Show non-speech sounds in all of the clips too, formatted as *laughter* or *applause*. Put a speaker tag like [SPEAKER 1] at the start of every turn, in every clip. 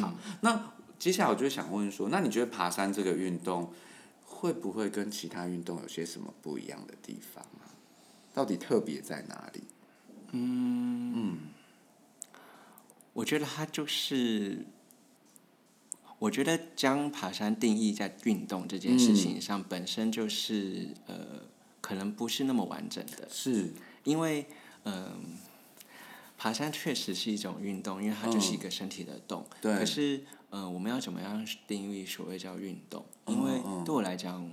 [SPEAKER 1] 好，那接下来我就想问说，那你觉得爬山这个运动会不会跟其他运动有些什么不一样的地方啊？到底特别在哪里？
[SPEAKER 2] 我觉得它就是，我觉得将爬山定义在运动这件事情上，本身就是呃，可能不是那么完整的，
[SPEAKER 1] 是，
[SPEAKER 2] 因为嗯、爬山确实是一种运动，因为它就是一个身体的动。
[SPEAKER 1] 对
[SPEAKER 2] 可是嗯、呃我们要怎么样定义所谓叫运动？因为
[SPEAKER 1] 嗯
[SPEAKER 2] 对我来讲，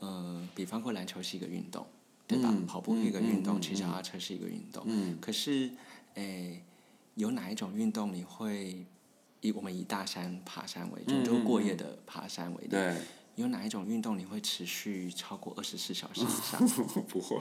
[SPEAKER 2] 嗯、比方说篮球是一个运动，对吧？
[SPEAKER 1] 嗯
[SPEAKER 2] 跑步是一个运
[SPEAKER 1] 嗯嗯
[SPEAKER 2] 动，
[SPEAKER 1] 嗯
[SPEAKER 2] 骑脚踏车是一个运动。
[SPEAKER 1] 嗯
[SPEAKER 2] 可是，诶，有哪一种运动你会以我们以大山爬山为主，
[SPEAKER 1] 嗯
[SPEAKER 2] 就是过
[SPEAKER 1] 嗯
[SPEAKER 2] 夜的爬山为例？
[SPEAKER 1] 对，
[SPEAKER 2] *laughs* 有哪一种运动你会持续超过二十四小时以上？
[SPEAKER 1] *laughs* 不会，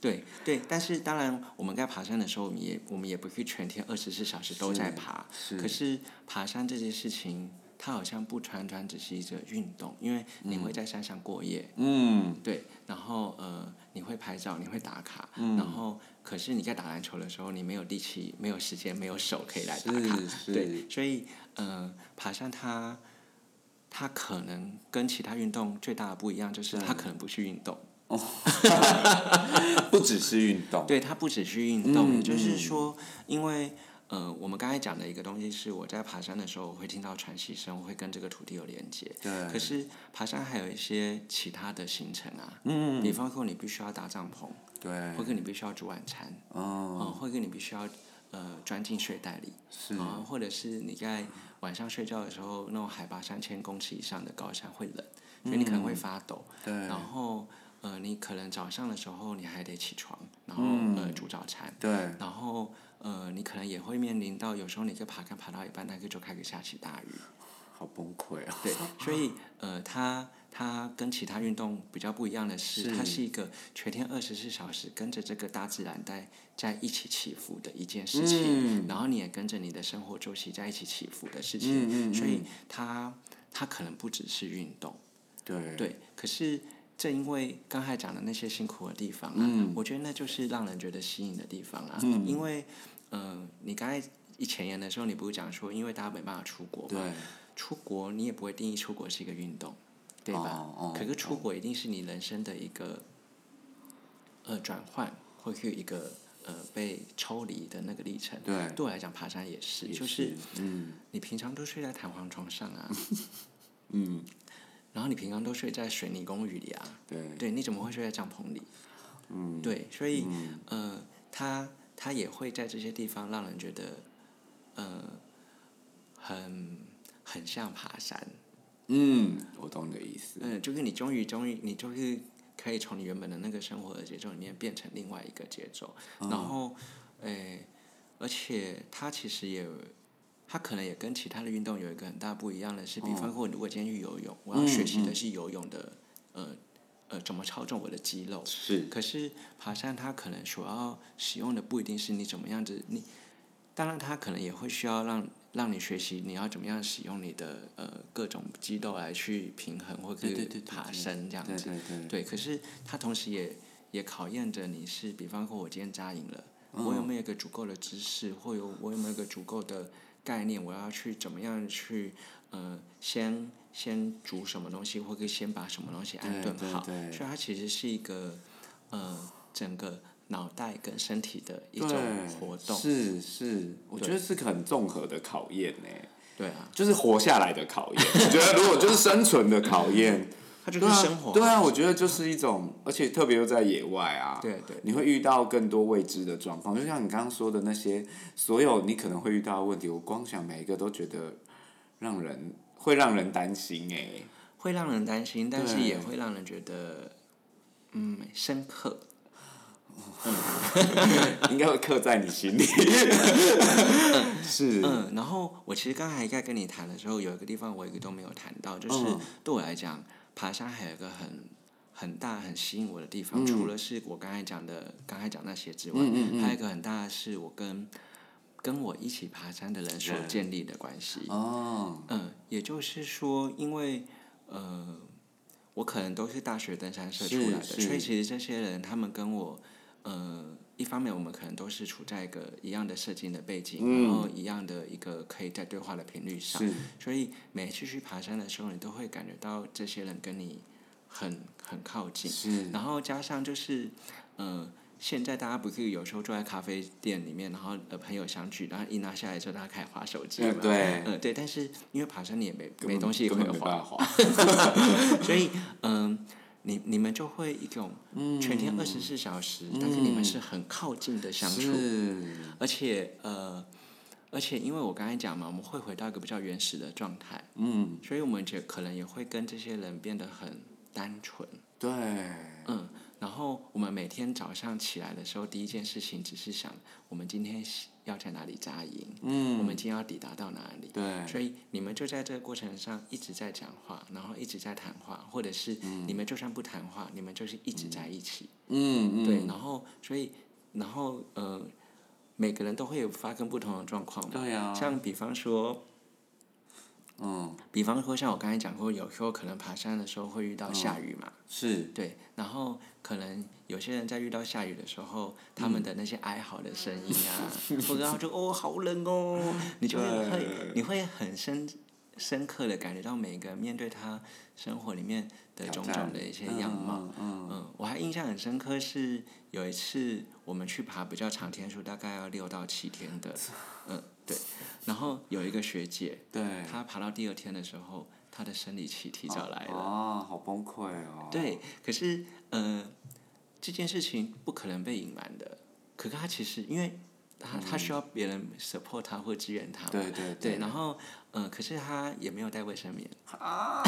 [SPEAKER 2] 对对，但是当然，我们在爬山的时候，我们也我们也不是全天二十四小时都在
[SPEAKER 1] 是
[SPEAKER 2] 爬。
[SPEAKER 1] 是
[SPEAKER 2] 可是爬山这件事情，它好像不单单只是一个运动，因为你会在山上过夜，
[SPEAKER 1] 嗯，
[SPEAKER 2] 对，然后呃，你会拍照，你会打卡，
[SPEAKER 1] 嗯
[SPEAKER 2] 然后可是你在打篮球的时候，你没有力气、没有时间、没有手可以来打卡，
[SPEAKER 1] 是是，
[SPEAKER 2] 对，所以呃，爬山它它可能跟其他运动最大的不一样就是它可能不是运动，
[SPEAKER 1] *laughs* 不只是运动，
[SPEAKER 2] 对，它不只是运
[SPEAKER 1] 嗯
[SPEAKER 2] 动，也就
[SPEAKER 1] 嗯
[SPEAKER 2] 是说，因为呃，我们刚才讲的一个东西是我在爬山的时候，我会听到喘息声，我会跟这个土地有连接。
[SPEAKER 1] 对，
[SPEAKER 2] 可是爬山还有一些其他的行程啊，
[SPEAKER 1] 嗯，
[SPEAKER 2] 比方说你必须要搭帐篷，
[SPEAKER 1] 对
[SPEAKER 2] 或，者你必须要煮晚餐，嗯、
[SPEAKER 1] 哦，嗯
[SPEAKER 2] 或者你必须要呃钻进睡袋里，
[SPEAKER 1] 是
[SPEAKER 2] 啊、或者是你在晚上睡觉的时候，那种海拔三千公尺以上的高山会冷，所以你可能会发抖，
[SPEAKER 1] 嗯对
[SPEAKER 2] 然后呃，你可能早上的时候你还得起床，然后、
[SPEAKER 1] 嗯
[SPEAKER 2] 呃煮早餐，
[SPEAKER 1] 对，
[SPEAKER 2] 然后呃，你可能也会面临到有时候你在爬山爬到一半，那个就开始下起大雨，
[SPEAKER 1] 啊好崩溃哦， *laughs*
[SPEAKER 2] 对，所以呃，它它跟其他运动比较不一样的是，
[SPEAKER 1] 是
[SPEAKER 2] 它是一个全天二十四小时跟着这个大自然在在一起起伏的一件事情，
[SPEAKER 1] 嗯
[SPEAKER 2] 然后你也跟着你的生活作息在一起起伏的事情，
[SPEAKER 1] 嗯嗯，
[SPEAKER 2] 所以
[SPEAKER 1] 嗯
[SPEAKER 2] 它它可能不只是运动，
[SPEAKER 1] 对
[SPEAKER 2] 对，可是。正因为刚才讲的那些辛苦的地方啊，
[SPEAKER 1] 嗯
[SPEAKER 2] 我觉得那就是让人觉得吸引的地方啊。
[SPEAKER 1] 嗯
[SPEAKER 2] 因为，呃，你刚才一前言的时候，你不是讲说，因为大家没办法出国嘛，
[SPEAKER 1] 对，
[SPEAKER 2] 出国你也不会定义出国是一个运动，对吧？
[SPEAKER 1] 哦？哦
[SPEAKER 2] 可是出国一定是你人生的一个呃转换，或是一个呃被抽离的那个历程。
[SPEAKER 1] 对
[SPEAKER 2] 对我来讲，爬山也是，
[SPEAKER 1] 也
[SPEAKER 2] 就是
[SPEAKER 1] 嗯
[SPEAKER 2] 你平常都睡在弹簧床上 *laughs* 啊，
[SPEAKER 1] 嗯，
[SPEAKER 2] 然后你平常都睡在水泥公寓里啊，
[SPEAKER 1] 对
[SPEAKER 2] 对，你怎么会睡在帐篷里？嗯，对，所以、呃，他他也会在这些地方让人觉得呃很很像爬山。
[SPEAKER 1] 嗯，我懂你的意思，
[SPEAKER 2] 嗯，就是你终于终于你就是可以从你原本的那个生活的节奏里面变成另外一个节奏，然后，诶、而且它其实也，它可能也跟其他的运动有一个很大不一样的是，比方说我如果今天去游泳，我要学习的是游泳的，呃呃，怎么操纵我的肌肉。
[SPEAKER 1] 是
[SPEAKER 2] 可是爬山它可能所要使用的不一定是你怎么样子，你当然它可能也会需要让让你学习你要怎么样使用你的呃各种肌肉来去平衡或者
[SPEAKER 1] 对对对对
[SPEAKER 2] 爬升这样
[SPEAKER 1] 对
[SPEAKER 2] 子。
[SPEAKER 1] 对对，
[SPEAKER 2] 对，可是它同时也也考验着你是，比方说我今天扎营了，
[SPEAKER 1] 嗯
[SPEAKER 2] 我有没有一个足够的知识，或有我有没有一个足够的概念，我要去怎么样去呃先先煮什么东西，或者先把什么东西安
[SPEAKER 1] 对
[SPEAKER 2] 顿
[SPEAKER 1] 对
[SPEAKER 2] 好，
[SPEAKER 1] 对
[SPEAKER 2] 所以它其实是一个呃整个脑袋跟身体的一种
[SPEAKER 1] 对
[SPEAKER 2] 活动，
[SPEAKER 1] 是是，我觉得是个很综合的考验呢，
[SPEAKER 2] 对啊，
[SPEAKER 1] 就是活下来的考验。 *laughs* 我觉得如果就是生存的考验，
[SPEAKER 2] 它 *laughs* 就
[SPEAKER 1] 对
[SPEAKER 2] 是
[SPEAKER 1] 啊
[SPEAKER 2] 生活，
[SPEAKER 1] 对啊，我觉得就是一种，而且特别又在野外啊，
[SPEAKER 2] 对对
[SPEAKER 1] 你会遇到更多未知的状况，就像你刚刚说的那些，所有你可能会遇到的问题，我光想每一个都觉得让人会让人担心哎，
[SPEAKER 2] 会让人担心，但是
[SPEAKER 1] 对
[SPEAKER 2] 也会让人觉得嗯深刻，
[SPEAKER 1] 应该会刻在你
[SPEAKER 2] *laughs*
[SPEAKER 1] 心里。是，
[SPEAKER 2] 嗯，然后我其实刚才在跟你谈的时候，有一个地方我一个都没有谈到，就是
[SPEAKER 1] 嗯
[SPEAKER 2] 对我来讲，爬山还有一个很很大很吸引我的地方，除了是我刚才讲的刚才讲那些之外，还有一个很大的是我跟跟我一起爬山的人所
[SPEAKER 1] 人
[SPEAKER 2] 建立的关系。
[SPEAKER 1] 哦，
[SPEAKER 2] 嗯，也就是说，因为呃，我可能都是大学登山社出来的，
[SPEAKER 1] 是是
[SPEAKER 2] 所以其实这些人他们跟我呃，一方面我们可能都是处在一个一样的设计的背景，
[SPEAKER 1] 嗯
[SPEAKER 2] 然后一样的一个可以在对话的频率上，
[SPEAKER 1] 是
[SPEAKER 2] 所以每次去爬山的时候，你都会感觉到这些人跟你很很靠近。
[SPEAKER 1] 是
[SPEAKER 2] 然后加上就是，呃，现在大家不是有时候坐在咖啡店里面，然后呃朋友相聚，然后一拿下来之后，大家开始划手机
[SPEAKER 1] 嗯
[SPEAKER 2] 嘛。
[SPEAKER 1] 对
[SPEAKER 2] 呃，对，但是因为爬山你也没
[SPEAKER 1] 根本
[SPEAKER 2] 没东西可
[SPEAKER 1] 根
[SPEAKER 2] 以
[SPEAKER 1] 本没
[SPEAKER 2] 划，
[SPEAKER 1] 办法滑，
[SPEAKER 2] *laughs* 所以嗯、你你们就会一种
[SPEAKER 1] 嗯
[SPEAKER 2] 全天二十四小时，但是你们是很靠近的相处，
[SPEAKER 1] 是
[SPEAKER 2] 而且呃。而且，因为我刚才讲嘛，我们会回到一个比较原始的状态，
[SPEAKER 1] 嗯
[SPEAKER 2] 所以我们也可能也会跟这些人变得很单纯。
[SPEAKER 1] 对
[SPEAKER 2] 嗯，然后我们每天早上起来的时候，第一件事情只是想，我们今天要在哪里扎营，我
[SPEAKER 1] 嗯
[SPEAKER 2] 们今天要抵达到哪里。
[SPEAKER 1] 对
[SPEAKER 2] 所以你们就在这个过程上一直在讲话，然后一直在谈话，或者是你们就算不谈话，你们就是一直在一起。
[SPEAKER 1] 嗯嗯
[SPEAKER 2] 对，然后所以然后呃，每个人都会有发生不同的状况嘛。
[SPEAKER 1] 对啊呀、
[SPEAKER 2] 像比方说，
[SPEAKER 1] 嗯
[SPEAKER 2] 比方说像我刚才讲过，有时候可能爬山的时候会遇到下雨嘛，
[SPEAKER 1] 是
[SPEAKER 2] 对，然后可能有些人在遇到下雨的时候，他
[SPEAKER 1] 嗯
[SPEAKER 2] 们的那些哀嚎的声音
[SPEAKER 1] *laughs*
[SPEAKER 2] 啊，或者他就哦好冷哦，你就会很你会很深深刻的感觉到每个人面对他生活里面的
[SPEAKER 1] 挑
[SPEAKER 2] 种
[SPEAKER 1] 战
[SPEAKER 2] 种的一些样貌。
[SPEAKER 1] 嗯嗯
[SPEAKER 2] 嗯我还印象很深刻是有一次我们去爬比较长天数，大概要六到七天
[SPEAKER 1] *laughs*
[SPEAKER 2] 的，嗯对，然后有一个学姐，
[SPEAKER 1] 对
[SPEAKER 2] 她爬到第二天的时候，她的生理期提早来了。
[SPEAKER 1] 啊，好崩溃哦。
[SPEAKER 2] 对，可是呃，这件事情不可能被隐瞒的。可是他其实因为他、他需要别人 support 他或支援他嘛，
[SPEAKER 1] 嗯对对
[SPEAKER 2] 对，然后呃，可是他也没有带卫生棉，
[SPEAKER 1] 啊，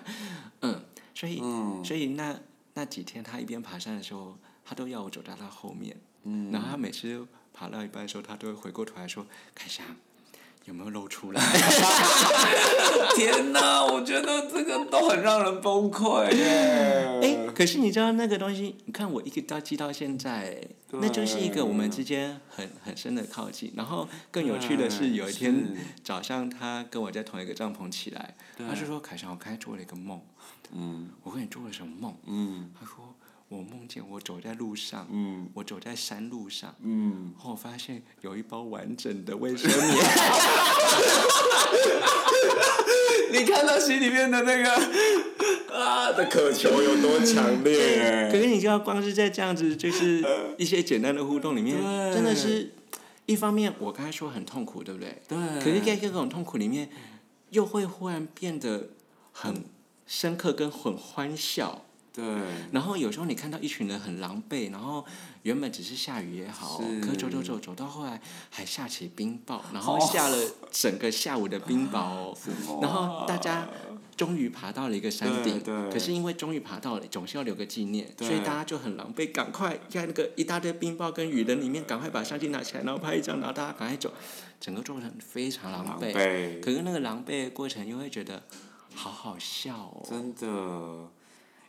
[SPEAKER 2] *laughs* 嗯，所以、
[SPEAKER 1] 嗯
[SPEAKER 2] 所以那那几天他一边爬山的时候，他都要我走在他后面，
[SPEAKER 1] 嗯
[SPEAKER 2] 然后他每次爬到一半的时候，他都会回过头来说：“看一下有没有露出来。”
[SPEAKER 1] 天哪，我觉得这个都很让人崩
[SPEAKER 2] *laughs*
[SPEAKER 1] 溃耶。
[SPEAKER 2] 哎、可是你知道那个东西，你看我一直到记到现在，
[SPEAKER 1] 对
[SPEAKER 2] 那就是一个我们之间很很深的靠近。然后更有趣的是，
[SPEAKER 1] 对
[SPEAKER 2] 有一天
[SPEAKER 1] 是
[SPEAKER 2] 早上，他跟我在同一个帐篷起来，他
[SPEAKER 1] 对
[SPEAKER 2] 就说：“凯翔，我刚才做了一个梦。
[SPEAKER 1] 嗯”
[SPEAKER 2] 我问你做了什么梦？
[SPEAKER 1] 嗯
[SPEAKER 2] 他说：“我梦见我走在路上，
[SPEAKER 1] 嗯
[SPEAKER 2] 我走在山路上，
[SPEAKER 1] 嗯，
[SPEAKER 2] 然后我发现有一包完整的卫生
[SPEAKER 1] *laughs*
[SPEAKER 2] 棉。
[SPEAKER 1] 你看到心里面的那个 *laughs* 啊的渴求有多强
[SPEAKER 2] 对，可
[SPEAKER 1] 烈？
[SPEAKER 2] 是你知道，光是在这样子，就是一些简单的互动里面，
[SPEAKER 1] 对
[SPEAKER 2] 真的是一方面，我刚才说很痛苦，对不对？
[SPEAKER 1] 对
[SPEAKER 2] 可是，在这种痛苦里面，又会忽然变得很深刻跟很欢笑。
[SPEAKER 1] 对
[SPEAKER 2] 然后有时候你看到一群人很狼狈，然后原本只是下雨也好，
[SPEAKER 1] 是
[SPEAKER 2] 可走走走走到后来还下起冰雹，然
[SPEAKER 1] 哦
[SPEAKER 2] 后下了整个下午的冰雹哦、
[SPEAKER 1] 么
[SPEAKER 2] 然后大家终于爬到了一个山顶，
[SPEAKER 1] 对对
[SPEAKER 2] 可是因为终于爬到了，总是要留个纪念，
[SPEAKER 1] 对
[SPEAKER 2] 所以大家就很狼狈，赶快在那个一大堆冰雹跟雨的里面，赶快把相机拿起来，然后拍一张，然后大家赶快走，整个过程非常狼
[SPEAKER 1] 狼
[SPEAKER 2] 狈。
[SPEAKER 1] 狈，
[SPEAKER 2] 可是那个狼狈的过程又会觉得好好笑哦，
[SPEAKER 1] 真的，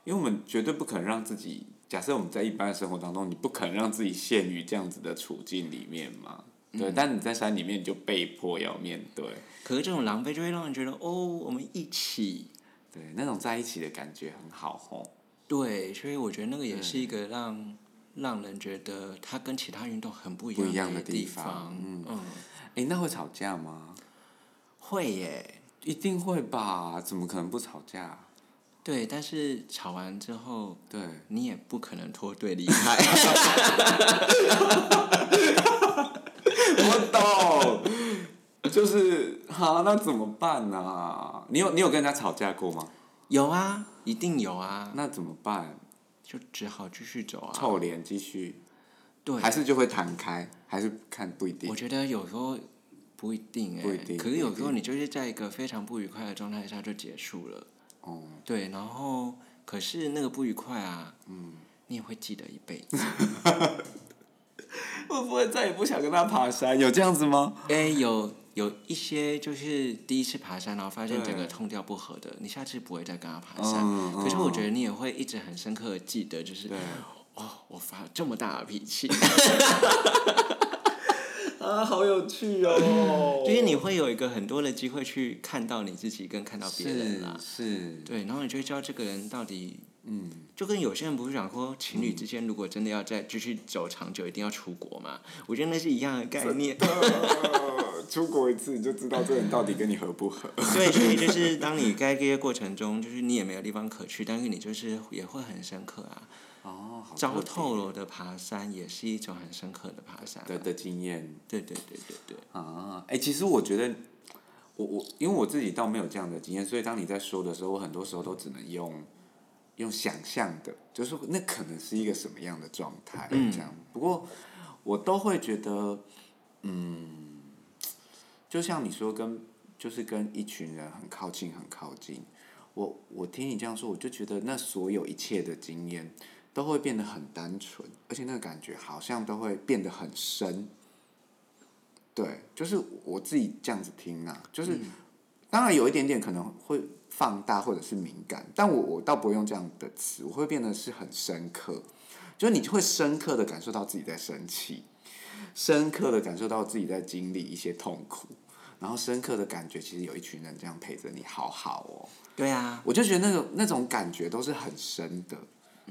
[SPEAKER 1] 因为我们绝对不可能让自己，假设我们在一般的生活当中，你不可能让自己陷于这样子的处境里面嘛。对，但你在山里面，你就被迫要面对，
[SPEAKER 2] 可是这种狼狈就会让人觉得哦，我们一起。
[SPEAKER 1] 对，那种在一起的感觉很好吼。
[SPEAKER 2] 对，所以我觉得那个也是一个让让人觉得它跟其他运动很不一
[SPEAKER 1] 不一
[SPEAKER 2] 样
[SPEAKER 1] 样的
[SPEAKER 2] 地
[SPEAKER 1] 地方嗯
[SPEAKER 2] 嗯，
[SPEAKER 1] 哎，那会吵架吗？
[SPEAKER 2] 会耶。
[SPEAKER 1] 一定会吧，怎么可能不吵架？
[SPEAKER 2] 对，但是吵完之后，
[SPEAKER 1] 对，
[SPEAKER 2] 你也不可能脱队离开。
[SPEAKER 1] *laughs* 我懂， *laughs* 就是好，那怎么办呢、你有你有跟人家吵架过吗？
[SPEAKER 2] 有啊，一定有啊，
[SPEAKER 1] 那怎么办？
[SPEAKER 2] 就只好继续走啊。
[SPEAKER 1] 臭脸继续，
[SPEAKER 2] 对，
[SPEAKER 1] 还是就会弹开，还是看不一定
[SPEAKER 2] 我。觉得有时候不一定哎、
[SPEAKER 1] 不一定
[SPEAKER 2] 可是有时
[SPEAKER 1] 不
[SPEAKER 2] 候
[SPEAKER 1] 一定
[SPEAKER 2] 你就是在一个非常不愉快的状态下就结束了。
[SPEAKER 1] 哦，
[SPEAKER 2] 对，然后可是那个不愉快啊，嗯，你也会记得一辈子。
[SPEAKER 1] 会不会再也不想跟他爬山？有这样子吗？
[SPEAKER 2] 哎、有有一些就是第一次爬山，然后发现
[SPEAKER 1] 对
[SPEAKER 2] 整个痛掉不合的，你下次不会再跟他爬山。
[SPEAKER 1] 嗯，
[SPEAKER 2] 可是我觉
[SPEAKER 1] 得
[SPEAKER 2] 得你也会一直很深刻的记得，就是
[SPEAKER 1] 对
[SPEAKER 2] 哦，我发这么大的脾
[SPEAKER 1] *laughs*
[SPEAKER 2] 气，
[SPEAKER 1] 啊，好有趣 *laughs* 哦
[SPEAKER 2] 就是你会有一个很多的机会去看到你自己，跟看到别人啦
[SPEAKER 1] 是。是，
[SPEAKER 2] 对，然后你就会知道这个人到底嗯，就跟有些人不是讲说，
[SPEAKER 1] 嗯
[SPEAKER 2] 情侣之间如果真的要再继续走长久，一定要出国嘛？我觉得那是一样的概念。
[SPEAKER 1] 出国一次你就知道这人到底跟你合不合。
[SPEAKER 2] 对，所以就是当你在这些过程中，就是你也没有地方可去，但是你就是也会很深刻啊。
[SPEAKER 1] 哦，好特
[SPEAKER 2] 糟
[SPEAKER 1] 别
[SPEAKER 2] 透了的爬山也是一种很深刻的爬山啊、
[SPEAKER 1] 的的经验
[SPEAKER 2] 对对对对对，
[SPEAKER 1] 啊！哎、其实我觉得，我我因为我自己倒没有这样的经验，所以当你在说的时候，我很多时候都只能用用想象的，就是说那可能是一个什么样的状态、这样。不过我都会觉得，嗯，就像你说跟就是跟一群人很靠近，很靠近。我我听你这样说，我就觉得那所有一切的经验都会变得很单纯，而且那个感觉好像都会变得很深。对，就是我自己这样子听啊，就是、当然有一点点可能会放大或者是敏感，但我我倒不会用这样的词，我会变得是很深刻，就是你会深刻的感受到自己在生气，深刻的感受到自己在经历一些痛苦，然后深刻的感觉其实有一群人这样陪着你，好好哦。
[SPEAKER 2] 对啊，
[SPEAKER 1] 我就觉得那个那种感觉都是很深的，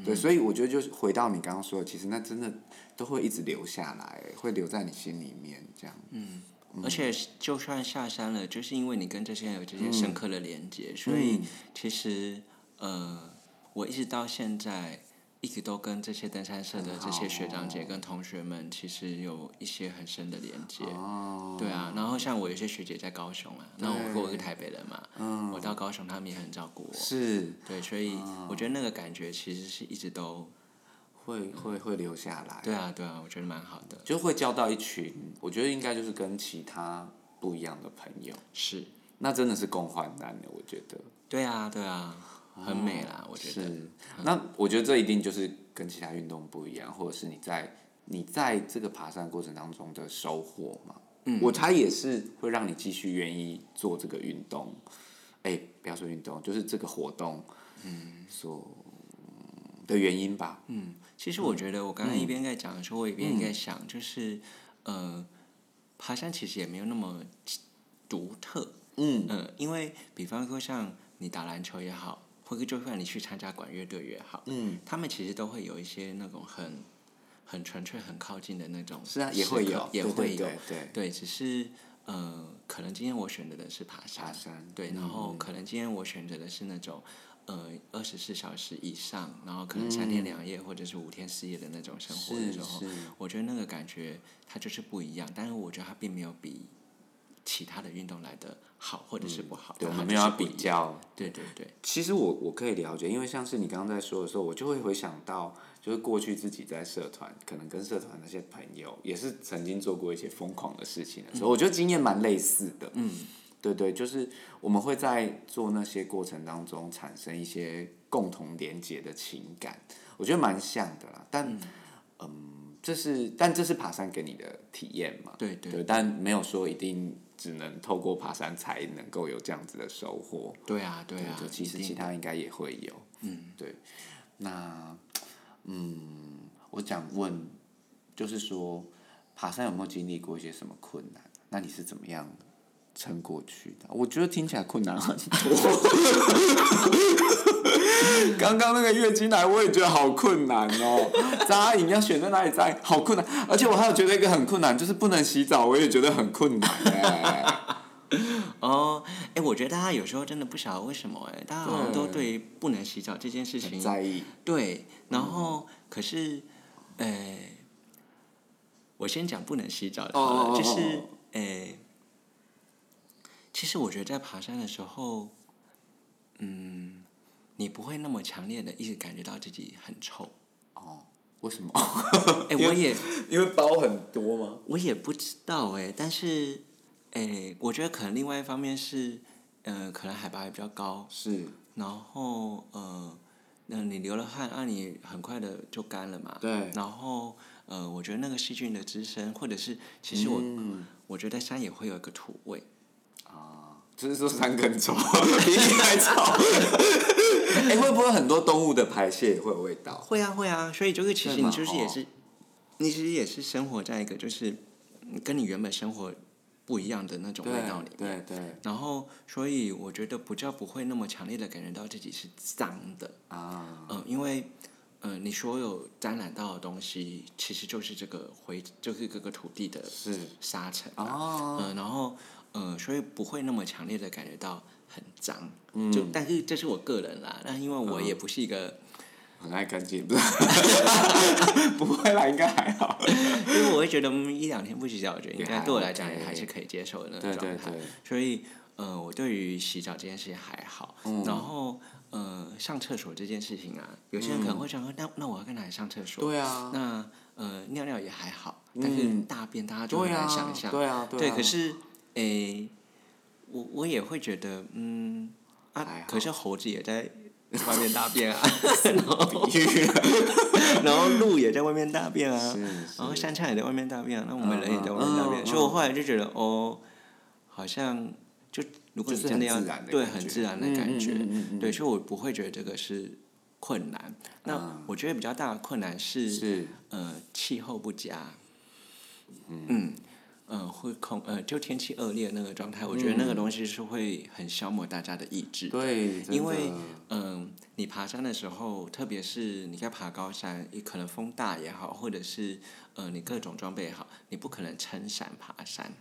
[SPEAKER 1] 对，所以我觉得就是回到你刚刚说的，其实那真的都会一直留下来，会留在你心里面这样。嗯
[SPEAKER 2] 而且就算下山了，就是因为你跟这些人有这
[SPEAKER 1] 嗯
[SPEAKER 2] 些深刻的连接，所以其实呃，我一直到现在一直都跟这些登山社的这些学长姐跟同学们，其实有一些很深的连接。
[SPEAKER 1] 哦，
[SPEAKER 2] 对啊，然后像我有些学姐在高雄啊，那我
[SPEAKER 1] 对嗯
[SPEAKER 2] 我是台北人嘛，我到高雄他们也很照顾我，
[SPEAKER 1] 是
[SPEAKER 2] 对，所以
[SPEAKER 1] 嗯
[SPEAKER 2] 我觉得那个感觉其实是一直都，
[SPEAKER 1] 会会会留下来，
[SPEAKER 2] 对啊对啊，我觉得蛮好的，
[SPEAKER 1] 就会交到一群，我觉得应该就是跟其他不一样的朋友，
[SPEAKER 2] 是，
[SPEAKER 1] 那真的是共患难的，我觉得。
[SPEAKER 2] 对啊对啊，很美啦，我觉得，嗯
[SPEAKER 1] 是，那我觉得这一定就是跟其他运动不一样，或者是你在你在这个爬山过程当中的收获嘛。嗯，我猜也是会让你继续愿意做这个运动，哎、不要说运动，就是这个活动，嗯，所嗯的原因吧。嗯，
[SPEAKER 2] 其实我觉得我刚刚一边在讲的时候，我一边在想，就是呃，爬山其实也没有那么独特，
[SPEAKER 1] 嗯
[SPEAKER 2] 呃，因为比方说像你打篮球也好，或者就算你去参加管乐队也好，
[SPEAKER 1] 嗯，
[SPEAKER 2] 他们其实都会有一些那种很很纯粹、很靠近的那种时
[SPEAKER 1] 是
[SPEAKER 2] 刻，
[SPEAKER 1] 啊，也会有，
[SPEAKER 2] 也
[SPEAKER 1] 对
[SPEAKER 2] 会有，
[SPEAKER 1] 对对对
[SPEAKER 2] 对，只是呃，可能今天我选择的是爬山，
[SPEAKER 1] 爬山
[SPEAKER 2] 对，然后
[SPEAKER 1] 嗯
[SPEAKER 2] 可能今天我选择的是那种呃二十四小时以上，然后可能三天两夜或者是五天四夜的那种生活的
[SPEAKER 1] 嗯是
[SPEAKER 2] 时候，
[SPEAKER 1] 是，
[SPEAKER 2] 我觉得那个感觉它就是不一样，但是我觉得它并没有比其他的运动来的好或者是不好，
[SPEAKER 1] 嗯对，我
[SPEAKER 2] 它
[SPEAKER 1] 们
[SPEAKER 2] 就
[SPEAKER 1] 没有要
[SPEAKER 2] 是不
[SPEAKER 1] 比
[SPEAKER 2] 一样，
[SPEAKER 1] 较。
[SPEAKER 2] 对对对，
[SPEAKER 1] 其实我我可以了解，因为像是你刚刚在说的时候，我就会回想到，就是过去自己在社团，可能跟社团那些朋友，也是曾经做过一些疯狂的事情的时候，我觉得经验蛮类似的。嗯，对对，就是我们会在做那些过程当中产生一些共同连结的情感，我觉得蛮像的啦。但嗯这是但这是爬山给你的体验嘛？
[SPEAKER 2] 对对
[SPEAKER 1] 对，但没有说一定只能透过爬山才能够有这样子的收获。
[SPEAKER 2] 对啊对啊
[SPEAKER 1] 就，嗯其
[SPEAKER 2] 一
[SPEAKER 1] 实
[SPEAKER 2] 定
[SPEAKER 1] 其他应该也会有。嗯，对。那，嗯，我想问，就是说，爬山有没有经历过一些什么困难？那你是怎么样撑过去的？我觉得听起来困难很多。 *laughs* 刚刚那个月经来，我也觉得好困难哦。扎营要选在哪里扎营，好困难。而且我还有觉得一个很困难，就是不能洗澡，我也觉得很困难哎、
[SPEAKER 2] 哦，哎，我觉得大家有时候真的不晓得为什么，哎，大家好像都
[SPEAKER 1] 对
[SPEAKER 2] 对于不能洗澡这件事
[SPEAKER 1] *laughs*
[SPEAKER 2] 情
[SPEAKER 1] 很在意。
[SPEAKER 2] 对，然后、可是，呃，我先讲不能洗澡的好了，
[SPEAKER 1] 哦哦哦
[SPEAKER 2] 就是
[SPEAKER 1] 哦
[SPEAKER 2] 呃，其实我觉得在爬山的时候，嗯，你不会那么强烈的一直感觉到自己很臭。
[SPEAKER 1] 哦，为什么？ *laughs*
[SPEAKER 2] 哎，我也
[SPEAKER 1] 因为包很多吗？
[SPEAKER 2] 我也不知道哎、但是，哎、我觉得可能另外一方面是，呃，可能海拔也比较高，
[SPEAKER 1] 是，
[SPEAKER 2] 然后呃，那你流了汗，那、你很快的就干了嘛。
[SPEAKER 1] 对
[SPEAKER 2] 然后呃，我觉得那个细菌的滋生，或者是其实我、呃我觉得山也会有一个土味，
[SPEAKER 1] 就是说三根 *laughs* 臭，比你还 *laughs* 臭。哎、会不会很多动物的排泄也会有味道？
[SPEAKER 2] 会啊会啊，所以就是其
[SPEAKER 1] 对
[SPEAKER 2] 实你
[SPEAKER 1] 嘛
[SPEAKER 2] 就是也
[SPEAKER 1] 哦
[SPEAKER 2] 是，你其实也是生活在一个就是跟你原本生活不一样的那种味道里面。
[SPEAKER 1] 对对对
[SPEAKER 2] 然后，所以我觉得比较不会那么强烈的感觉到自己是脏的，
[SPEAKER 1] 啊，
[SPEAKER 2] 嗯，因为，嗯，你所有沾染到的东西，其实就是这个灰，就是这个土地的
[SPEAKER 1] 是
[SPEAKER 2] 沙尘嘛，
[SPEAKER 1] 哦，
[SPEAKER 2] 嗯，然后，嗯，所以不会那么强烈的感觉到很脏，
[SPEAKER 1] 嗯
[SPEAKER 2] 就但是这是我个人啦，那因为我也不是一个， *laughs*
[SPEAKER 1] 很爱干净，不是？ *laughs* 不会啦，应该还好。
[SPEAKER 2] 因为我会觉得嗯一两天不洗澡，我觉得应
[SPEAKER 1] 也
[SPEAKER 2] 该
[SPEAKER 1] 还
[SPEAKER 2] 对我来讲
[SPEAKER 1] OK
[SPEAKER 2] 也还是可以接受的那
[SPEAKER 1] 对
[SPEAKER 2] 种
[SPEAKER 1] 对
[SPEAKER 2] 状态，
[SPEAKER 1] 对，
[SPEAKER 2] 所以，嗯，我对于洗澡这件事情还好，
[SPEAKER 1] 嗯
[SPEAKER 2] 然后。呃，上厕所这件事情啊，有些人可能会想说，那那我要跟哪里上厕
[SPEAKER 1] 嗯
[SPEAKER 2] 所？
[SPEAKER 1] 对啊，
[SPEAKER 2] 那呃尿尿也还好，但是
[SPEAKER 1] 嗯
[SPEAKER 2] 大便大家就
[SPEAKER 1] 对
[SPEAKER 2] 很
[SPEAKER 1] 啊
[SPEAKER 2] 难想，象。
[SPEAKER 1] 对啊，
[SPEAKER 2] 对
[SPEAKER 1] 啊。
[SPEAKER 2] 可是诶、我我也会觉得嗯
[SPEAKER 1] 还
[SPEAKER 2] 啊，
[SPEAKER 1] 好
[SPEAKER 2] 可是猴子也在外面大便啊， *laughs*
[SPEAKER 1] 比喻啊 *laughs*
[SPEAKER 2] 然后鹿也在外面大便啊，
[SPEAKER 1] 是
[SPEAKER 2] 然后
[SPEAKER 1] 是，
[SPEAKER 2] 山羌也在外面大便啊，那我们
[SPEAKER 1] 嗯
[SPEAKER 2] 人也在
[SPEAKER 1] 嗯
[SPEAKER 2] 外面大便，
[SPEAKER 1] 嗯
[SPEAKER 2] 所以我后来就觉得哦，好像就如果
[SPEAKER 1] 就
[SPEAKER 2] 你
[SPEAKER 1] 是
[SPEAKER 2] 真的要
[SPEAKER 1] 很自然的
[SPEAKER 2] 对
[SPEAKER 1] 感
[SPEAKER 2] 很
[SPEAKER 1] 觉
[SPEAKER 2] 自然的
[SPEAKER 1] 嗯
[SPEAKER 2] 感
[SPEAKER 1] 嗯
[SPEAKER 2] 觉，
[SPEAKER 1] 嗯嗯嗯
[SPEAKER 2] 对，所以我不会觉得这个是困难。那我觉得比较大的困难
[SPEAKER 1] 嗯是
[SPEAKER 2] 呃气候不佳，嗯，呃会空呃就天气恶劣那个状态，我觉得那个东西是会很消磨大家的意志。
[SPEAKER 1] 嗯对，真
[SPEAKER 2] 因为
[SPEAKER 1] 的
[SPEAKER 2] 嗯、你爬山的时候，特别是你在爬高山，你可能风大也好，或者是呃你各种装备也好，你不可能撑伞爬山，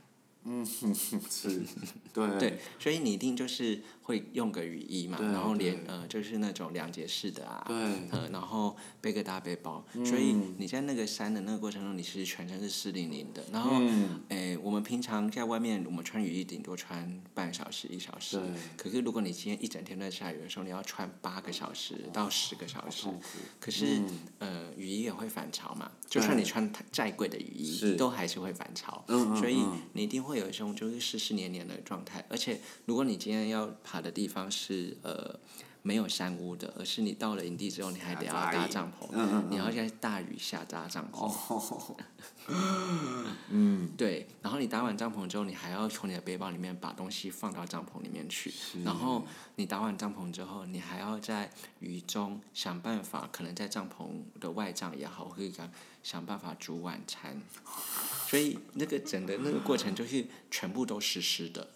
[SPEAKER 1] 是， *laughs* 对
[SPEAKER 2] 对，所以你一定就是会用个雨衣嘛，
[SPEAKER 1] 对
[SPEAKER 2] 然后连
[SPEAKER 1] 对
[SPEAKER 2] 呃就是那种两节式的啊，
[SPEAKER 1] 对
[SPEAKER 2] 呃，然后背个大背包，
[SPEAKER 1] 嗯
[SPEAKER 2] 所以你在那个山的那个过程中，你其实全身是湿淋淋的。然后，
[SPEAKER 1] 嗯
[SPEAKER 2] 诶、我们平常在外面，我们穿雨衣顶多穿半小时一小时
[SPEAKER 1] 对，
[SPEAKER 2] 可是如果你今天一整天都在下雨的时候，你要穿八个小时到十个小时。
[SPEAKER 1] 痛苦嗯
[SPEAKER 2] 可是，呃，雨衣也会反潮嘛，就算你穿再贵的雨衣，
[SPEAKER 1] 是
[SPEAKER 2] 都还是会反潮。
[SPEAKER 1] 嗯嗯
[SPEAKER 2] 所以
[SPEAKER 1] 嗯
[SPEAKER 2] 你一定会有一种就是湿湿黏黏的状态。而且，如果你今天要爬的地方是呃没有山屋的，而是你到了营地之后，你还得要
[SPEAKER 1] 还要搭
[SPEAKER 2] 搭
[SPEAKER 1] 营
[SPEAKER 2] 帐篷，
[SPEAKER 1] 嗯嗯
[SPEAKER 2] 你要在大雨下搭帐篷。
[SPEAKER 1] 哦，
[SPEAKER 2] 对，然后你搭完帐篷之后，你还要从你的背包里面把东西放到帐篷里面去。然后你搭完帐篷之后，你还要在雨中想办法，可能在帐篷的外帐也好，或者想想办法煮晚餐。所以那个整个那个过程就是全部都湿湿的。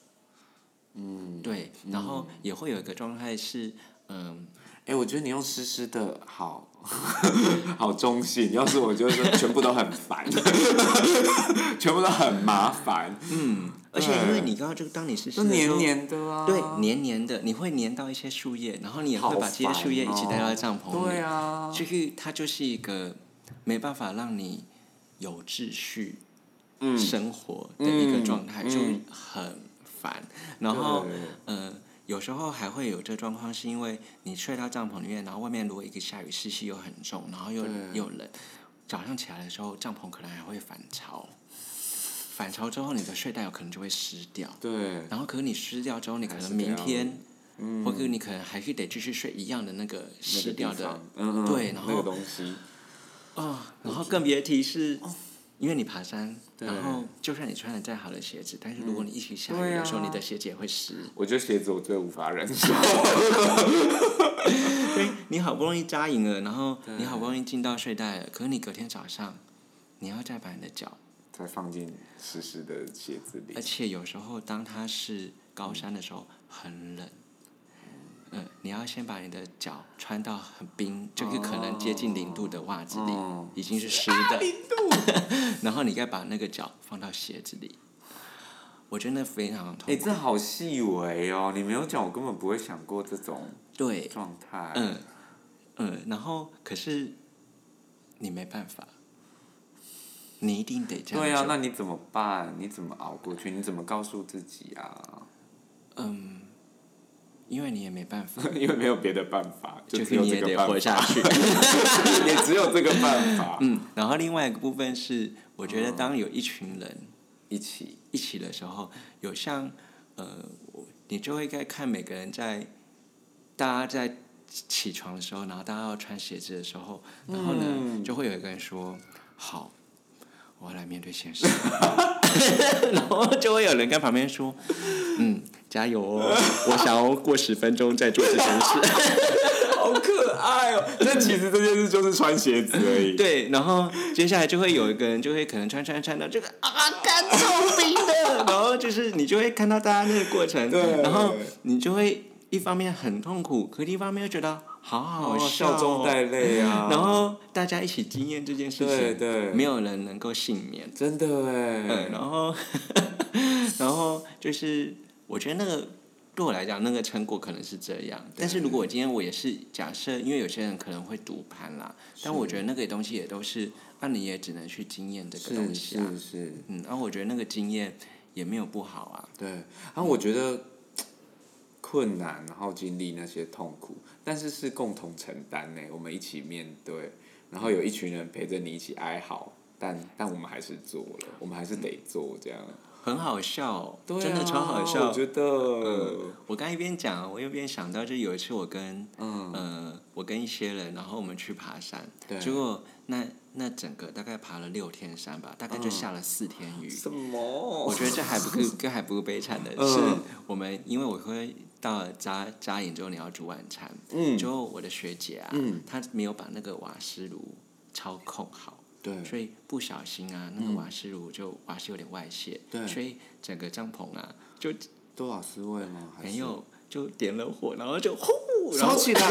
[SPEAKER 2] 嗯。对，然后也会有一个状态是，嗯，
[SPEAKER 1] *laughs* 哎，我觉得你用湿湿的好， *laughs* 好中性。要是我觉得全部都很烦， *laughs* 全部都很麻烦，
[SPEAKER 2] 而且因为你刚刚就当你湿湿
[SPEAKER 1] 都
[SPEAKER 2] 的时
[SPEAKER 1] 黏
[SPEAKER 2] 候。
[SPEAKER 1] 黏的啊。
[SPEAKER 2] 对，黏黏的，你会黏到一些树叶，然后你也会
[SPEAKER 1] 好
[SPEAKER 2] 把这些树叶一起带到
[SPEAKER 1] 烦哦
[SPEAKER 2] 帐篷里。
[SPEAKER 1] 对啊，
[SPEAKER 2] 就是它就是一个没办法让你有秩序生活的一个状态，
[SPEAKER 1] 嗯
[SPEAKER 2] 就很烦。然后
[SPEAKER 1] 对，
[SPEAKER 2] 呃，有时候还会有这状况，是因为你睡到帐篷里面，然后外面如果一个下雨，湿气又很重，然后又
[SPEAKER 1] 对
[SPEAKER 2] 又冷，早上起来的时候，帐篷可能还会反潮。反潮之后，你的睡袋有可能就会湿掉，
[SPEAKER 1] 对，
[SPEAKER 2] 然后可是你湿掉之后，你可
[SPEAKER 1] 还
[SPEAKER 2] 能
[SPEAKER 1] 是得
[SPEAKER 2] 明
[SPEAKER 1] 要
[SPEAKER 2] 天，或者你可能还是得继续睡一样的那个
[SPEAKER 1] 那
[SPEAKER 2] 湿
[SPEAKER 1] 个地
[SPEAKER 2] 掉的
[SPEAKER 1] 方，嗯嗯，
[SPEAKER 2] 对然
[SPEAKER 1] 那
[SPEAKER 2] 后
[SPEAKER 1] 个东西，哦
[SPEAKER 2] 啊、然后更别提是，因为你爬山，
[SPEAKER 1] 对嗯
[SPEAKER 2] 然后就算你穿了再好的鞋子，但是如果你一起下雨
[SPEAKER 1] 对
[SPEAKER 2] 的时候，
[SPEAKER 1] 啊
[SPEAKER 2] 你的鞋子也会湿。
[SPEAKER 1] 我觉得鞋子我最无法忍受。
[SPEAKER 2] 对，你好不容易扎营了，然后你好不容易进到睡袋了，可是你隔天早上，你要再把你的脚，
[SPEAKER 1] 才放进湿湿的鞋子里
[SPEAKER 2] 而。且有时候当它是高山的时候，很冷。嗯，你要先把你的脚穿到很冰，就是可能接近零度的袜子里，
[SPEAKER 1] 哦
[SPEAKER 2] 已经是湿的。 *laughs* 然后你再把那个脚放到鞋子里，我觉得那非常
[SPEAKER 1] 哎、
[SPEAKER 2] 痛苦。
[SPEAKER 1] 这好细微哦！你没有讲，我根本不会想过这种
[SPEAKER 2] 对，
[SPEAKER 1] 状态。
[SPEAKER 2] 嗯嗯，然后可是你没办法，你一定得这样
[SPEAKER 1] 对啊，
[SPEAKER 2] 做
[SPEAKER 1] 那你怎么办？你怎么熬过去？你怎么告诉自己啊？ *laughs*
[SPEAKER 2] 嗯，因为你也没办法，
[SPEAKER 1] 因为没有别的办法，就只
[SPEAKER 2] 是
[SPEAKER 1] 有
[SPEAKER 2] 你
[SPEAKER 1] 这
[SPEAKER 2] 也
[SPEAKER 1] 个
[SPEAKER 2] 得
[SPEAKER 1] 办
[SPEAKER 2] 活
[SPEAKER 1] 法，
[SPEAKER 2] 下去。
[SPEAKER 1] *laughs* 也只有这个办法。
[SPEAKER 2] 嗯，然后另外一个部分是，我觉得当有一群人
[SPEAKER 1] 一起，
[SPEAKER 2] 一起的时候，有像呃，我你就会该看每个人在大家在起床的时候，然后大家要穿鞋子的时候，然后呢，
[SPEAKER 1] 嗯
[SPEAKER 2] 就会有一个人说：“好，我要来面对现实。”然后就会有人跟旁边说：“嗯，加油哦，我想要过十分钟再做这件事。”
[SPEAKER 1] 好可爱哦！那其实这件事就是穿鞋子而已。
[SPEAKER 2] 对，然后接下来就会有一个人就会可能穿穿穿到这个啊，干臭冰的，然后后就是你就会看到大家那个过程，
[SPEAKER 1] 对
[SPEAKER 2] 然后你就会一方面很痛苦，可另一方面又觉得好好
[SPEAKER 1] 哦
[SPEAKER 2] 笑
[SPEAKER 1] 笑
[SPEAKER 2] 哦
[SPEAKER 1] 中带泪啊，
[SPEAKER 2] 然后大家一起经验这件事情，
[SPEAKER 1] 对对
[SPEAKER 2] 没有人能够幸免。
[SPEAKER 1] 真的哎
[SPEAKER 2] 嗯，，然后， *laughs* 然后就是，我觉得那个对我来讲，那个成果可能是这样。但是如果我今天我也是假设，因为有些人可能会赌盘啦，但我觉得那个东西也都是，那、你也只能去经验这个东
[SPEAKER 1] 是
[SPEAKER 2] 西啊。
[SPEAKER 1] 是是，
[SPEAKER 2] 嗯，然、后我觉得那个经验也没有不好啊。
[SPEAKER 1] 对，然、后我觉得困难，然后经历那些痛苦，但是是共同承担呢，我们一起面对，然后有一群人陪着你一起哀嚎，但但我们还是做了，我们还是得做这样，
[SPEAKER 2] 很好笑哦、
[SPEAKER 1] 对啊
[SPEAKER 2] 真的超好笑
[SPEAKER 1] 我。觉得，嗯
[SPEAKER 2] 我刚一边讲，我一边想到，就有一次我跟
[SPEAKER 1] 嗯
[SPEAKER 2] 呃，我跟一些人，然后我们去爬山，
[SPEAKER 1] 对
[SPEAKER 2] 结果那那整个大概爬了六天山吧，大概就下了四天雨。
[SPEAKER 1] 什么？
[SPEAKER 2] 我觉得这还不够， *laughs* 这还不够悲惨的
[SPEAKER 1] 嗯
[SPEAKER 2] 是，我们因为我会到扎扎营之后你要煮晚餐，
[SPEAKER 1] 嗯
[SPEAKER 2] 之后我的学姐啊，
[SPEAKER 1] 嗯
[SPEAKER 2] 她没有把那个瓦斯炉操控好。
[SPEAKER 1] 对，
[SPEAKER 2] 所以不小心啊，那个瓦斯炉就瓦斯有点外泄，
[SPEAKER 1] 嗯对
[SPEAKER 2] 所以整个帐篷啊就
[SPEAKER 1] 多少思维吗？还
[SPEAKER 2] 没
[SPEAKER 1] 是
[SPEAKER 2] 有就点了火，然后
[SPEAKER 1] *laughs*
[SPEAKER 2] 就呼，然
[SPEAKER 1] 烧
[SPEAKER 2] 后
[SPEAKER 1] 起来，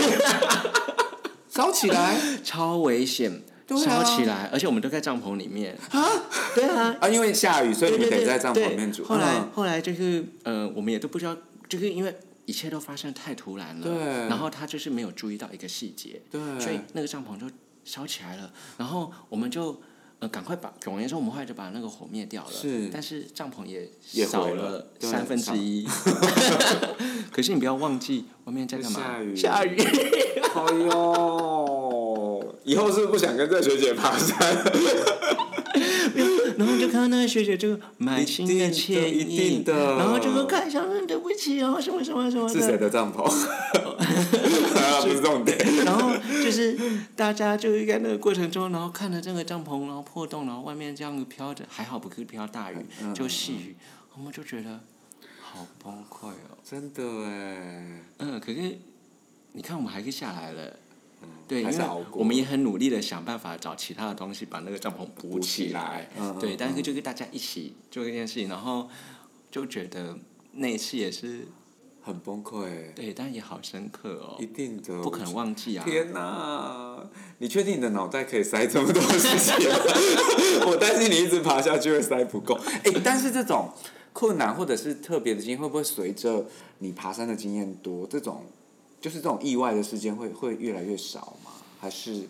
[SPEAKER 1] 烧起来
[SPEAKER 2] 超危险，
[SPEAKER 1] 对啊
[SPEAKER 2] 烧起来，而且我们都在帐篷里面啊，对啊，
[SPEAKER 1] 啊！因为下雨，所以
[SPEAKER 2] 对
[SPEAKER 1] 你
[SPEAKER 2] 对
[SPEAKER 1] 得
[SPEAKER 2] 对，
[SPEAKER 1] 在帐
[SPEAKER 2] 对
[SPEAKER 1] 篷里面煮。
[SPEAKER 2] 后来
[SPEAKER 1] 嗯
[SPEAKER 2] 后来就是呃，我们也都不知道，就是因为一切都发生太突然了，
[SPEAKER 1] 对
[SPEAKER 2] 然后他就是没有注意到一个细节，
[SPEAKER 1] 嗯对
[SPEAKER 2] 所以那个帐篷就烧起来了，然后我们就。呃，赶快把，总而言之，我们后来就把那个火灭掉了。
[SPEAKER 1] 是
[SPEAKER 2] 但是帐篷也
[SPEAKER 1] 也
[SPEAKER 2] 少
[SPEAKER 1] 毁
[SPEAKER 2] 了
[SPEAKER 1] 了对
[SPEAKER 2] 三分之一。 *laughs*
[SPEAKER 1] *laughs*
[SPEAKER 2] 可是你不要忘记，外面在干嘛？
[SPEAKER 1] 下雨 *laughs*
[SPEAKER 2] 下雨。
[SPEAKER 1] 哎呦，以后是不想跟这学姐爬山，
[SPEAKER 2] 然后就看到那个学姐就满心
[SPEAKER 1] 一定的
[SPEAKER 2] 歉意，
[SPEAKER 1] 一定的
[SPEAKER 2] 然后就说看小妹对不起哦，什么什么什么
[SPEAKER 1] *laughs* 是谁
[SPEAKER 2] 的。
[SPEAKER 1] 的帐篷？ *laughs* 啊，不是重点。
[SPEAKER 2] *laughs* 然后就是大家就是在那个过程中，然后看着这个帐篷，然后破洞，然后外面这样飘着，还好不是飘大雨，
[SPEAKER 1] 嗯
[SPEAKER 2] 就细雨，我们就觉得好崩溃哦。
[SPEAKER 1] 真的哎，
[SPEAKER 2] 嗯，可是你看我们还是下来了。对，因
[SPEAKER 1] 还是
[SPEAKER 2] 为
[SPEAKER 1] 熬过
[SPEAKER 2] 我们也很努力的想办法找其他的东西把那个帐篷补
[SPEAKER 1] 补起
[SPEAKER 2] 起
[SPEAKER 1] 来嗯
[SPEAKER 2] 对，但是就是大家一起做这件事情，然后就觉得那一次也是
[SPEAKER 1] 很崩溃，
[SPEAKER 2] 对，但也好深刻哦
[SPEAKER 1] 一，定的。
[SPEAKER 2] 不可能忘记啊。
[SPEAKER 1] 天哪、你确定你的脑袋可以塞这么多事情吗？ *laughs* 我担心你一直爬下去会塞不够。哎、但是这种困难或者是特别的经验，会不会随着你爬山的经验多，这种就是这种意外的事件会会越来越少吗？还是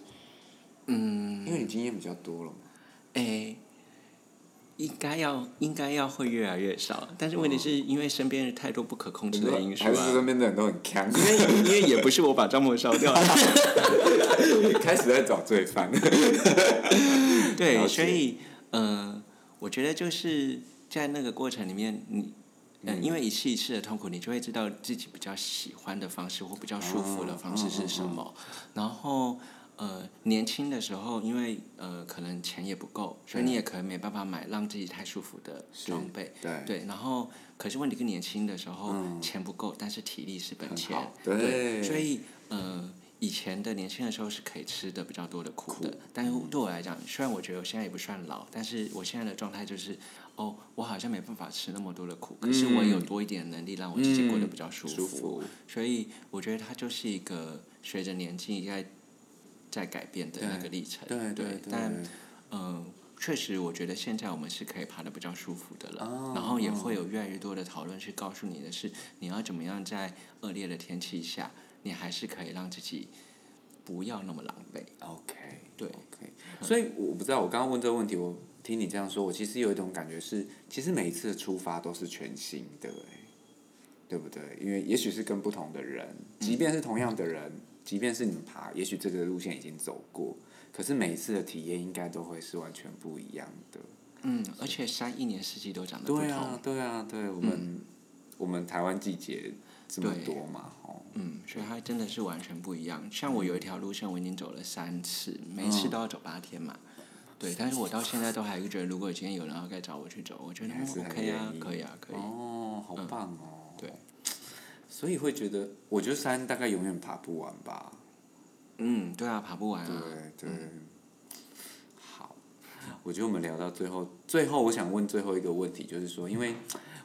[SPEAKER 1] 嗯，因为你经验比较多了嘛？
[SPEAKER 2] 哎，应该要应该要会越来越少，但是问题是因为身边有太多不可
[SPEAKER 1] 嗯
[SPEAKER 2] 控制的因素
[SPEAKER 1] 还是
[SPEAKER 2] 啊
[SPEAKER 1] 身。边的人都很强，
[SPEAKER 2] 因为因为也不是我把帐篷烧掉的，
[SPEAKER 1] 开始在找罪犯。 *laughs* 了
[SPEAKER 2] *laughs* *laughs* 对，
[SPEAKER 1] 解
[SPEAKER 2] 所以呃，我觉得就是在那个过程里面，你。嗯，因为一次一次的痛苦，你就会知道自己比较喜欢的方式或比较舒服的方式是什么。然后，呃，年轻的时候，因为呃可能钱也不够，所以你也可能没办法买让自己太舒服的装备。
[SPEAKER 1] 对
[SPEAKER 2] 对，然后可是问题是年轻的时候、钱不够，但是体力是本
[SPEAKER 1] 嗯
[SPEAKER 2] 钱
[SPEAKER 1] 好。对
[SPEAKER 2] 所以呃，以前的年轻的时候是可以吃的比较多的苦的，但
[SPEAKER 1] 嗯
[SPEAKER 2] 是对我来讲，虽然我觉得我现在也不算老，但是我现在的状态就是，哦，我好像没办法吃那么多的苦，可是我有多一点能力让我自己过得比较舒服。
[SPEAKER 1] 嗯舒服
[SPEAKER 2] 所以我觉得它就是一个随着年纪在在改变的那个历程。
[SPEAKER 1] 对
[SPEAKER 2] 对
[SPEAKER 1] 对，
[SPEAKER 2] 但嗯，确实，我觉得现在我们是可以爬得比较舒服的了，
[SPEAKER 1] 哦
[SPEAKER 2] 然后也会有越来越多的讨论去告诉你的是，你要怎么样在恶劣的天气下，你还是可以让自己不要那么狼狈。
[SPEAKER 1] OK，
[SPEAKER 2] 对
[SPEAKER 1] ，OK。所以我不知道，我刚刚问这个问题，我听你这样说，我其实有一种感觉是，其实每一次的出发都是全新的、哎，对不对？因为也许是跟不同的人，即便是同样的人，即便是你们爬，也许这个路线已经走过，可是每一次的体验应该都会是完全不一样的。
[SPEAKER 2] 嗯，而且山一年四季都长得不同。嗯
[SPEAKER 1] 对啊，对啊，对，我们、我们台湾季节这么多嘛，哦，
[SPEAKER 2] 嗯，所以它真的是完全不一样。像我有一条路线，我已经走了三次，每
[SPEAKER 1] 哦
[SPEAKER 2] 一次都要走八天嘛。对，但是我到现在都还是觉得，如果今天有人要再找我去走，我觉得
[SPEAKER 1] 你还
[SPEAKER 2] 嗯
[SPEAKER 1] 是很
[SPEAKER 2] OK 啊
[SPEAKER 1] 愿，意
[SPEAKER 2] 可以啊，可以。嗯
[SPEAKER 1] 哦，好棒哦。
[SPEAKER 2] 对。
[SPEAKER 1] 所以会觉得，我觉得山大概永远爬不完吧。
[SPEAKER 2] 嗯，对啊，爬不完啊。
[SPEAKER 1] 啊对对，好，我觉得我们聊到最后，最后我想问最后一个问题，就是说，因为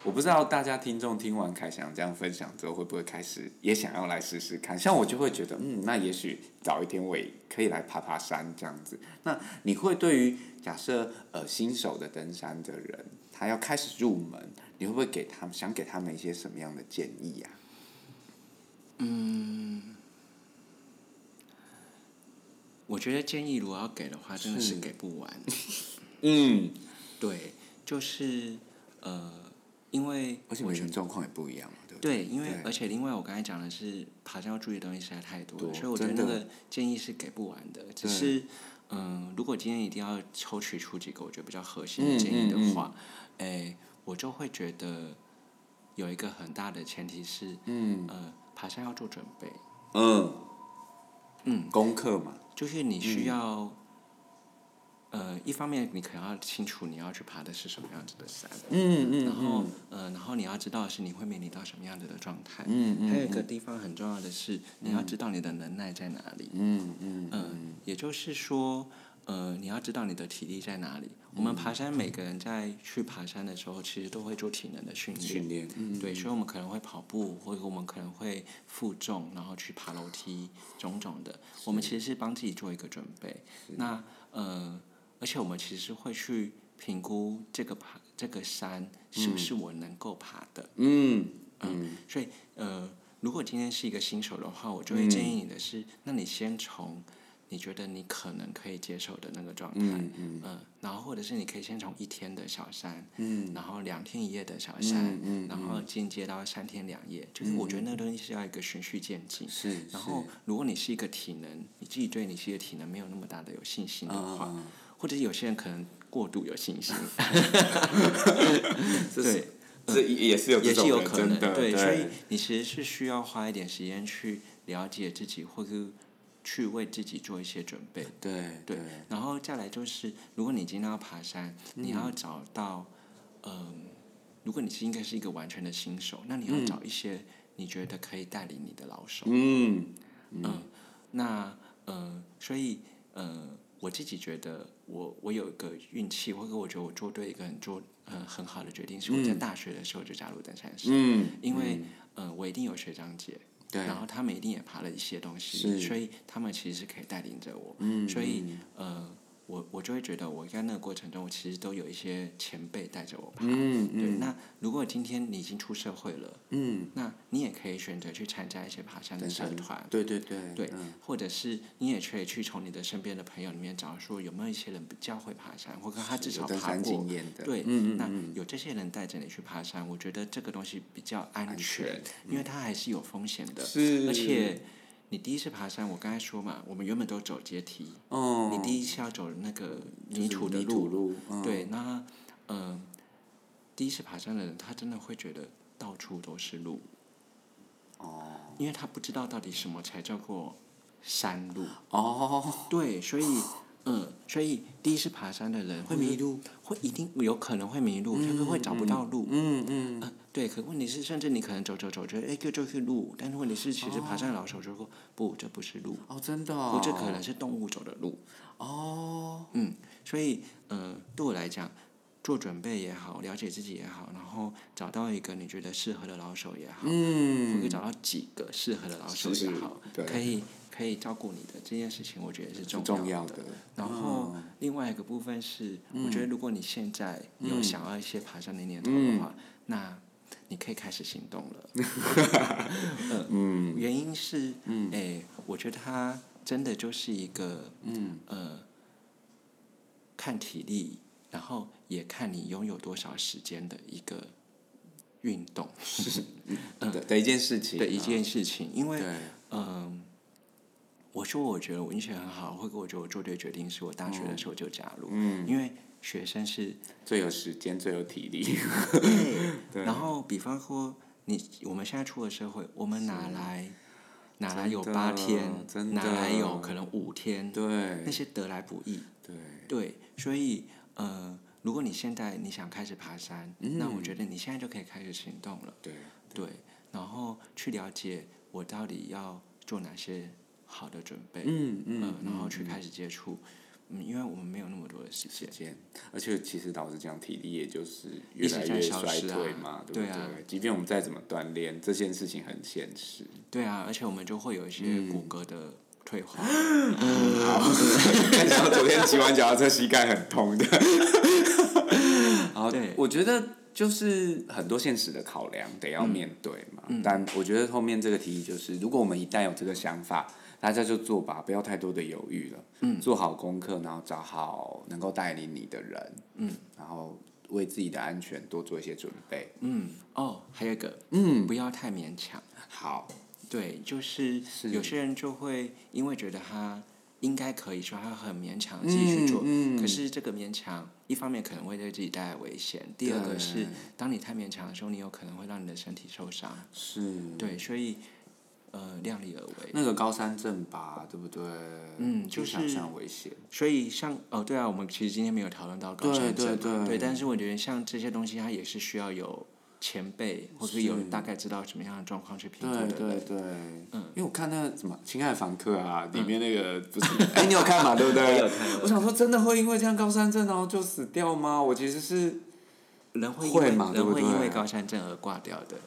[SPEAKER 1] 我不知道大家听众听完凯翔这样分享之后，会不会开始也想要来试试看？像我就会觉得，嗯，那也许早一天我也可以来爬爬山这样子。那你会对于假设呃新手的登山的人，他要开始入门，你会不会给他们想给他们一些什么样的建议啊呀、
[SPEAKER 2] 我觉得建议如果要给的话，真的是给不完。
[SPEAKER 1] 嗯，
[SPEAKER 2] 对，就是呃，因为
[SPEAKER 1] 而且
[SPEAKER 2] 我
[SPEAKER 1] 每
[SPEAKER 2] 觉
[SPEAKER 1] 个人
[SPEAKER 2] 得
[SPEAKER 1] 状况也不一样嘛，对不对？
[SPEAKER 2] 对，因为
[SPEAKER 1] 对
[SPEAKER 2] 而且另外我刚才讲的是爬山要注意的东西实在太多了，
[SPEAKER 1] 多
[SPEAKER 2] 所以我觉得
[SPEAKER 1] 真的
[SPEAKER 2] 那个建议是给不完的。只
[SPEAKER 1] 对
[SPEAKER 2] 是嗯、如果今天一定要抽取出几个我觉得比较核心
[SPEAKER 1] 嗯
[SPEAKER 2] 的建
[SPEAKER 1] 嗯嗯
[SPEAKER 2] 议
[SPEAKER 1] 嗯
[SPEAKER 2] 的话，哎、我就会觉得有一个很大的前提是，
[SPEAKER 1] 嗯
[SPEAKER 2] 呃，爬山要做准备，
[SPEAKER 1] 嗯
[SPEAKER 2] 嗯，
[SPEAKER 1] 功课嘛，
[SPEAKER 2] 就是你需要。
[SPEAKER 1] 嗯
[SPEAKER 2] 呃，一方面你可能要清楚你要去爬的是什么样子的山，
[SPEAKER 1] 嗯嗯，
[SPEAKER 2] 然后
[SPEAKER 1] 嗯
[SPEAKER 2] 呃，然后你要知道的是你会面临到什么样子的状态，
[SPEAKER 1] 嗯嗯
[SPEAKER 2] 还有一个地方很重要的是，你要知道你的能耐在哪里。
[SPEAKER 1] 嗯嗯
[SPEAKER 2] 嗯、也就是说，呃，你要知道你的体力在哪里。我
[SPEAKER 1] 嗯
[SPEAKER 2] 们爬山，每个人在去爬山的时候，其实都会做体能的训
[SPEAKER 1] 训
[SPEAKER 2] 练。
[SPEAKER 1] 练，嗯
[SPEAKER 2] 对，所以我们可能会跑步，或者我们可能会负重，然后去爬楼梯，种种的。我们其实是帮自己做一个准备。那呃，而且我们其实会去评估这个爬这个山是不是我能够爬的。
[SPEAKER 1] 嗯嗯
[SPEAKER 2] 所以呃，如果今天是一个新手的话，我
[SPEAKER 1] 嗯
[SPEAKER 2] 就会建议你的是，那你先从你觉得你可能可以接受的那个状态，
[SPEAKER 1] 嗯
[SPEAKER 2] 嗯、
[SPEAKER 1] 嗯
[SPEAKER 2] 然后或者是你可以先从一天的小山，
[SPEAKER 1] 嗯
[SPEAKER 2] 然后两天一夜的小山，
[SPEAKER 1] 嗯嗯，
[SPEAKER 2] 然后进阶到三天两夜，就是我觉得那个东西是要一个循序渐进。
[SPEAKER 1] 是，是
[SPEAKER 2] 然后，如果你是一个体能，你自己对你自己的体能没有那么大的有信心的话，
[SPEAKER 1] 啊，
[SPEAKER 2] 或者是有些人可能过度有信心，
[SPEAKER 1] *laughs* 这
[SPEAKER 2] 对
[SPEAKER 1] 是，这也是有这
[SPEAKER 2] 也是
[SPEAKER 1] 种
[SPEAKER 2] 有
[SPEAKER 1] 人
[SPEAKER 2] 可能
[SPEAKER 1] 真的
[SPEAKER 2] 对，
[SPEAKER 1] 对，
[SPEAKER 2] 所以你其实是需要花一点时间去了解自己，或是去为自己做一些准备。
[SPEAKER 1] 对
[SPEAKER 2] 对，然后再来就是，如果你今天要爬山，
[SPEAKER 1] 嗯
[SPEAKER 2] 你要找到，嗯、如果你是应该是一个完全的新手，那你要找一些你觉得可以带领你的老手。
[SPEAKER 1] 嗯
[SPEAKER 2] 那呃，所以呃，我自己觉得我我有一个运气，或者我觉得我做对一个很做呃很好的决定，是我在大学的时候就加入登山社。
[SPEAKER 1] 嗯，
[SPEAKER 2] 因为、呃，我一定有学长姐，
[SPEAKER 1] 对
[SPEAKER 2] 然后他们一定也爬了一些东
[SPEAKER 1] 是
[SPEAKER 2] 西，所以他们其实是可以带领着我，
[SPEAKER 1] 嗯
[SPEAKER 2] 所以呃，我我就会觉得我在那个过程中，我其实都有一些前辈带着我爬。
[SPEAKER 1] 嗯
[SPEAKER 2] 对，
[SPEAKER 1] 嗯
[SPEAKER 2] 那如果今天你已经出社会了，
[SPEAKER 1] 嗯，
[SPEAKER 2] 那你也可以选择去参加一些爬山的
[SPEAKER 1] 登
[SPEAKER 2] 社
[SPEAKER 1] 山
[SPEAKER 2] 团，
[SPEAKER 1] 对对对
[SPEAKER 2] 对
[SPEAKER 1] 嗯
[SPEAKER 2] 或者是你也可以去从你的身边的朋友里面找说有没有一些人比较会爬山，或者他至
[SPEAKER 1] 有
[SPEAKER 2] 少
[SPEAKER 1] 登
[SPEAKER 2] 爬
[SPEAKER 1] 山
[SPEAKER 2] 过
[SPEAKER 1] 经验的，
[SPEAKER 2] 对，
[SPEAKER 1] 嗯
[SPEAKER 2] 那
[SPEAKER 1] 嗯
[SPEAKER 2] 有这些人带着你去爬山，我觉得这个东西比较
[SPEAKER 1] 安
[SPEAKER 2] 安
[SPEAKER 1] 全
[SPEAKER 2] 全，因为它还是有风险的
[SPEAKER 1] 嗯，。是，
[SPEAKER 2] 而且你第一次爬山，我刚才说嘛，我们原本都走阶梯，
[SPEAKER 1] 哦，
[SPEAKER 2] 你第一次要走那个
[SPEAKER 1] 就是
[SPEAKER 2] 泥土的
[SPEAKER 1] 泥土
[SPEAKER 2] 路，
[SPEAKER 1] 路，嗯
[SPEAKER 2] 对，那嗯、呃第一次爬山的人，他真的会觉得到处都是路，
[SPEAKER 1] 哦
[SPEAKER 2] 因为他不知道到底什么才叫做山路。
[SPEAKER 1] 哦，
[SPEAKER 2] 对，所以。嗯，所以第一次爬山的人会迷路，会一定有可能会迷路，甚至会找不到路。
[SPEAKER 1] 嗯嗯，
[SPEAKER 2] 啊，对，可问题是，甚至你可能走走走，觉得哎，这就是路，但是问题是，其实爬山老手就说、不，这不是路，
[SPEAKER 1] 哦，真的
[SPEAKER 2] 不
[SPEAKER 1] 哦，，
[SPEAKER 2] 这可能是动物走的路。
[SPEAKER 1] 哦，
[SPEAKER 2] 所以，呃，对我来讲，做准备也好，了解自己也好，然后找到一个你觉得适合的老手也好，或者
[SPEAKER 1] 嗯，
[SPEAKER 2] 找到几个适合的老手
[SPEAKER 1] 是
[SPEAKER 2] 也好，
[SPEAKER 1] 对
[SPEAKER 2] 可以可以照顾你的这件事情，我觉得是
[SPEAKER 1] 是
[SPEAKER 2] 重
[SPEAKER 1] 重
[SPEAKER 2] 要
[SPEAKER 1] 要
[SPEAKER 2] 的。
[SPEAKER 1] 的，
[SPEAKER 2] 然后另外一个部分是，我觉得如果你现在有想要一些爬山的念头的话，那你可以开始行动 *laughs* 了。嗯，原因是，嗯，哎，我觉得它真的就是一个，嗯，呃，看体力，然后也看你拥有多少时间的一个运动
[SPEAKER 1] 的的一件事情，
[SPEAKER 2] 嗯的一
[SPEAKER 1] 嗯
[SPEAKER 2] 件事情，因为
[SPEAKER 1] 对，
[SPEAKER 2] 嗯，我说我觉得我运气很好，或者我觉得我做对决定，是我大学的时候就加入，因为学生是，
[SPEAKER 1] 嗯最有时间，最有体
[SPEAKER 2] *laughs*
[SPEAKER 1] 力，
[SPEAKER 2] 然后比方说你我们现在出了社会，我们哪来哪来有
[SPEAKER 1] 真的
[SPEAKER 2] 八天
[SPEAKER 1] 真，
[SPEAKER 2] 哪来
[SPEAKER 1] 的
[SPEAKER 2] 有可能五天，那
[SPEAKER 1] 对
[SPEAKER 2] 些得来不易，
[SPEAKER 1] 对，
[SPEAKER 2] 对，所以呃，如果你现在你想开始爬山，那我觉
[SPEAKER 1] 嗯
[SPEAKER 2] 得你现在就可以开始行动了。
[SPEAKER 1] 对，
[SPEAKER 2] 对，然后去了解我到底要做哪些好的准备，
[SPEAKER 1] 嗯
[SPEAKER 2] 嗯
[SPEAKER 1] 嗯，
[SPEAKER 2] 然后去开始接触。嗯，因为我们没有那么多的时间
[SPEAKER 1] 时。间，而且其实老实讲，体力也就是
[SPEAKER 2] 一
[SPEAKER 1] 越
[SPEAKER 2] 直
[SPEAKER 1] 来
[SPEAKER 2] 在
[SPEAKER 1] 越
[SPEAKER 2] 消
[SPEAKER 1] 衰
[SPEAKER 2] 失啊
[SPEAKER 1] 退嘛，对不
[SPEAKER 2] 对啊
[SPEAKER 1] 即便我们再怎么锻炼，这件事情很现实。
[SPEAKER 2] 对啊，而且我们就会有一些
[SPEAKER 1] 嗯
[SPEAKER 2] 骨骼的退化。
[SPEAKER 1] 好， *laughs* 看到昨天骑完脚踏车膝盖很痛 *laughs* 的。然后
[SPEAKER 2] 对
[SPEAKER 1] 我觉得就是很多现实的考量得要面对嘛。但我觉得后面这个提议就是，如果我们一旦有这个想法，大家就做吧，不要太多的犹豫了。嗯，做好功课，然后找好能够带领你的人。嗯，然后为自己的安全多做一些准备。
[SPEAKER 2] 嗯，哦，还有一个，
[SPEAKER 1] 嗯，
[SPEAKER 2] 不要太勉强。
[SPEAKER 1] 好，
[SPEAKER 2] 对，就是
[SPEAKER 1] 是
[SPEAKER 2] 有些人就会因为觉得他应该可以，所以他很勉强自己去做。
[SPEAKER 1] 嗯嗯
[SPEAKER 2] 可是这个勉强，一方面可能会对自己带来危险，第二个是
[SPEAKER 1] 对
[SPEAKER 2] 当你太勉强的时候，你有可能会让你的身体受伤。
[SPEAKER 1] 是。嗯
[SPEAKER 2] 对，所以呃，量力而为。
[SPEAKER 1] 那个高山症吧，对不对？
[SPEAKER 2] 嗯就是
[SPEAKER 1] 想象危险。
[SPEAKER 2] 所以像哦，对啊，我们其实今天没有讨论到高山症嘛，
[SPEAKER 1] 对对啊对
[SPEAKER 2] 但是我觉得像这些东西，它也是需要有前辈或者
[SPEAKER 1] 是
[SPEAKER 2] 有大概知道什么样的状况去评估
[SPEAKER 1] 对
[SPEAKER 2] 的。
[SPEAKER 1] 对对，
[SPEAKER 2] 嗯
[SPEAKER 1] 因为我看那个什么《亲爱的房客》啊，里面那个不是， *laughs* 哎、你有看嘛？
[SPEAKER 2] *laughs*
[SPEAKER 1] 对不对？我想说，真的会因为这样高山症然后就死掉吗？我其实是
[SPEAKER 2] 人会因
[SPEAKER 1] 会
[SPEAKER 2] 为
[SPEAKER 1] 嘛对
[SPEAKER 2] 人
[SPEAKER 1] 不
[SPEAKER 2] 会因
[SPEAKER 1] 对
[SPEAKER 2] 为高山症而挂掉的。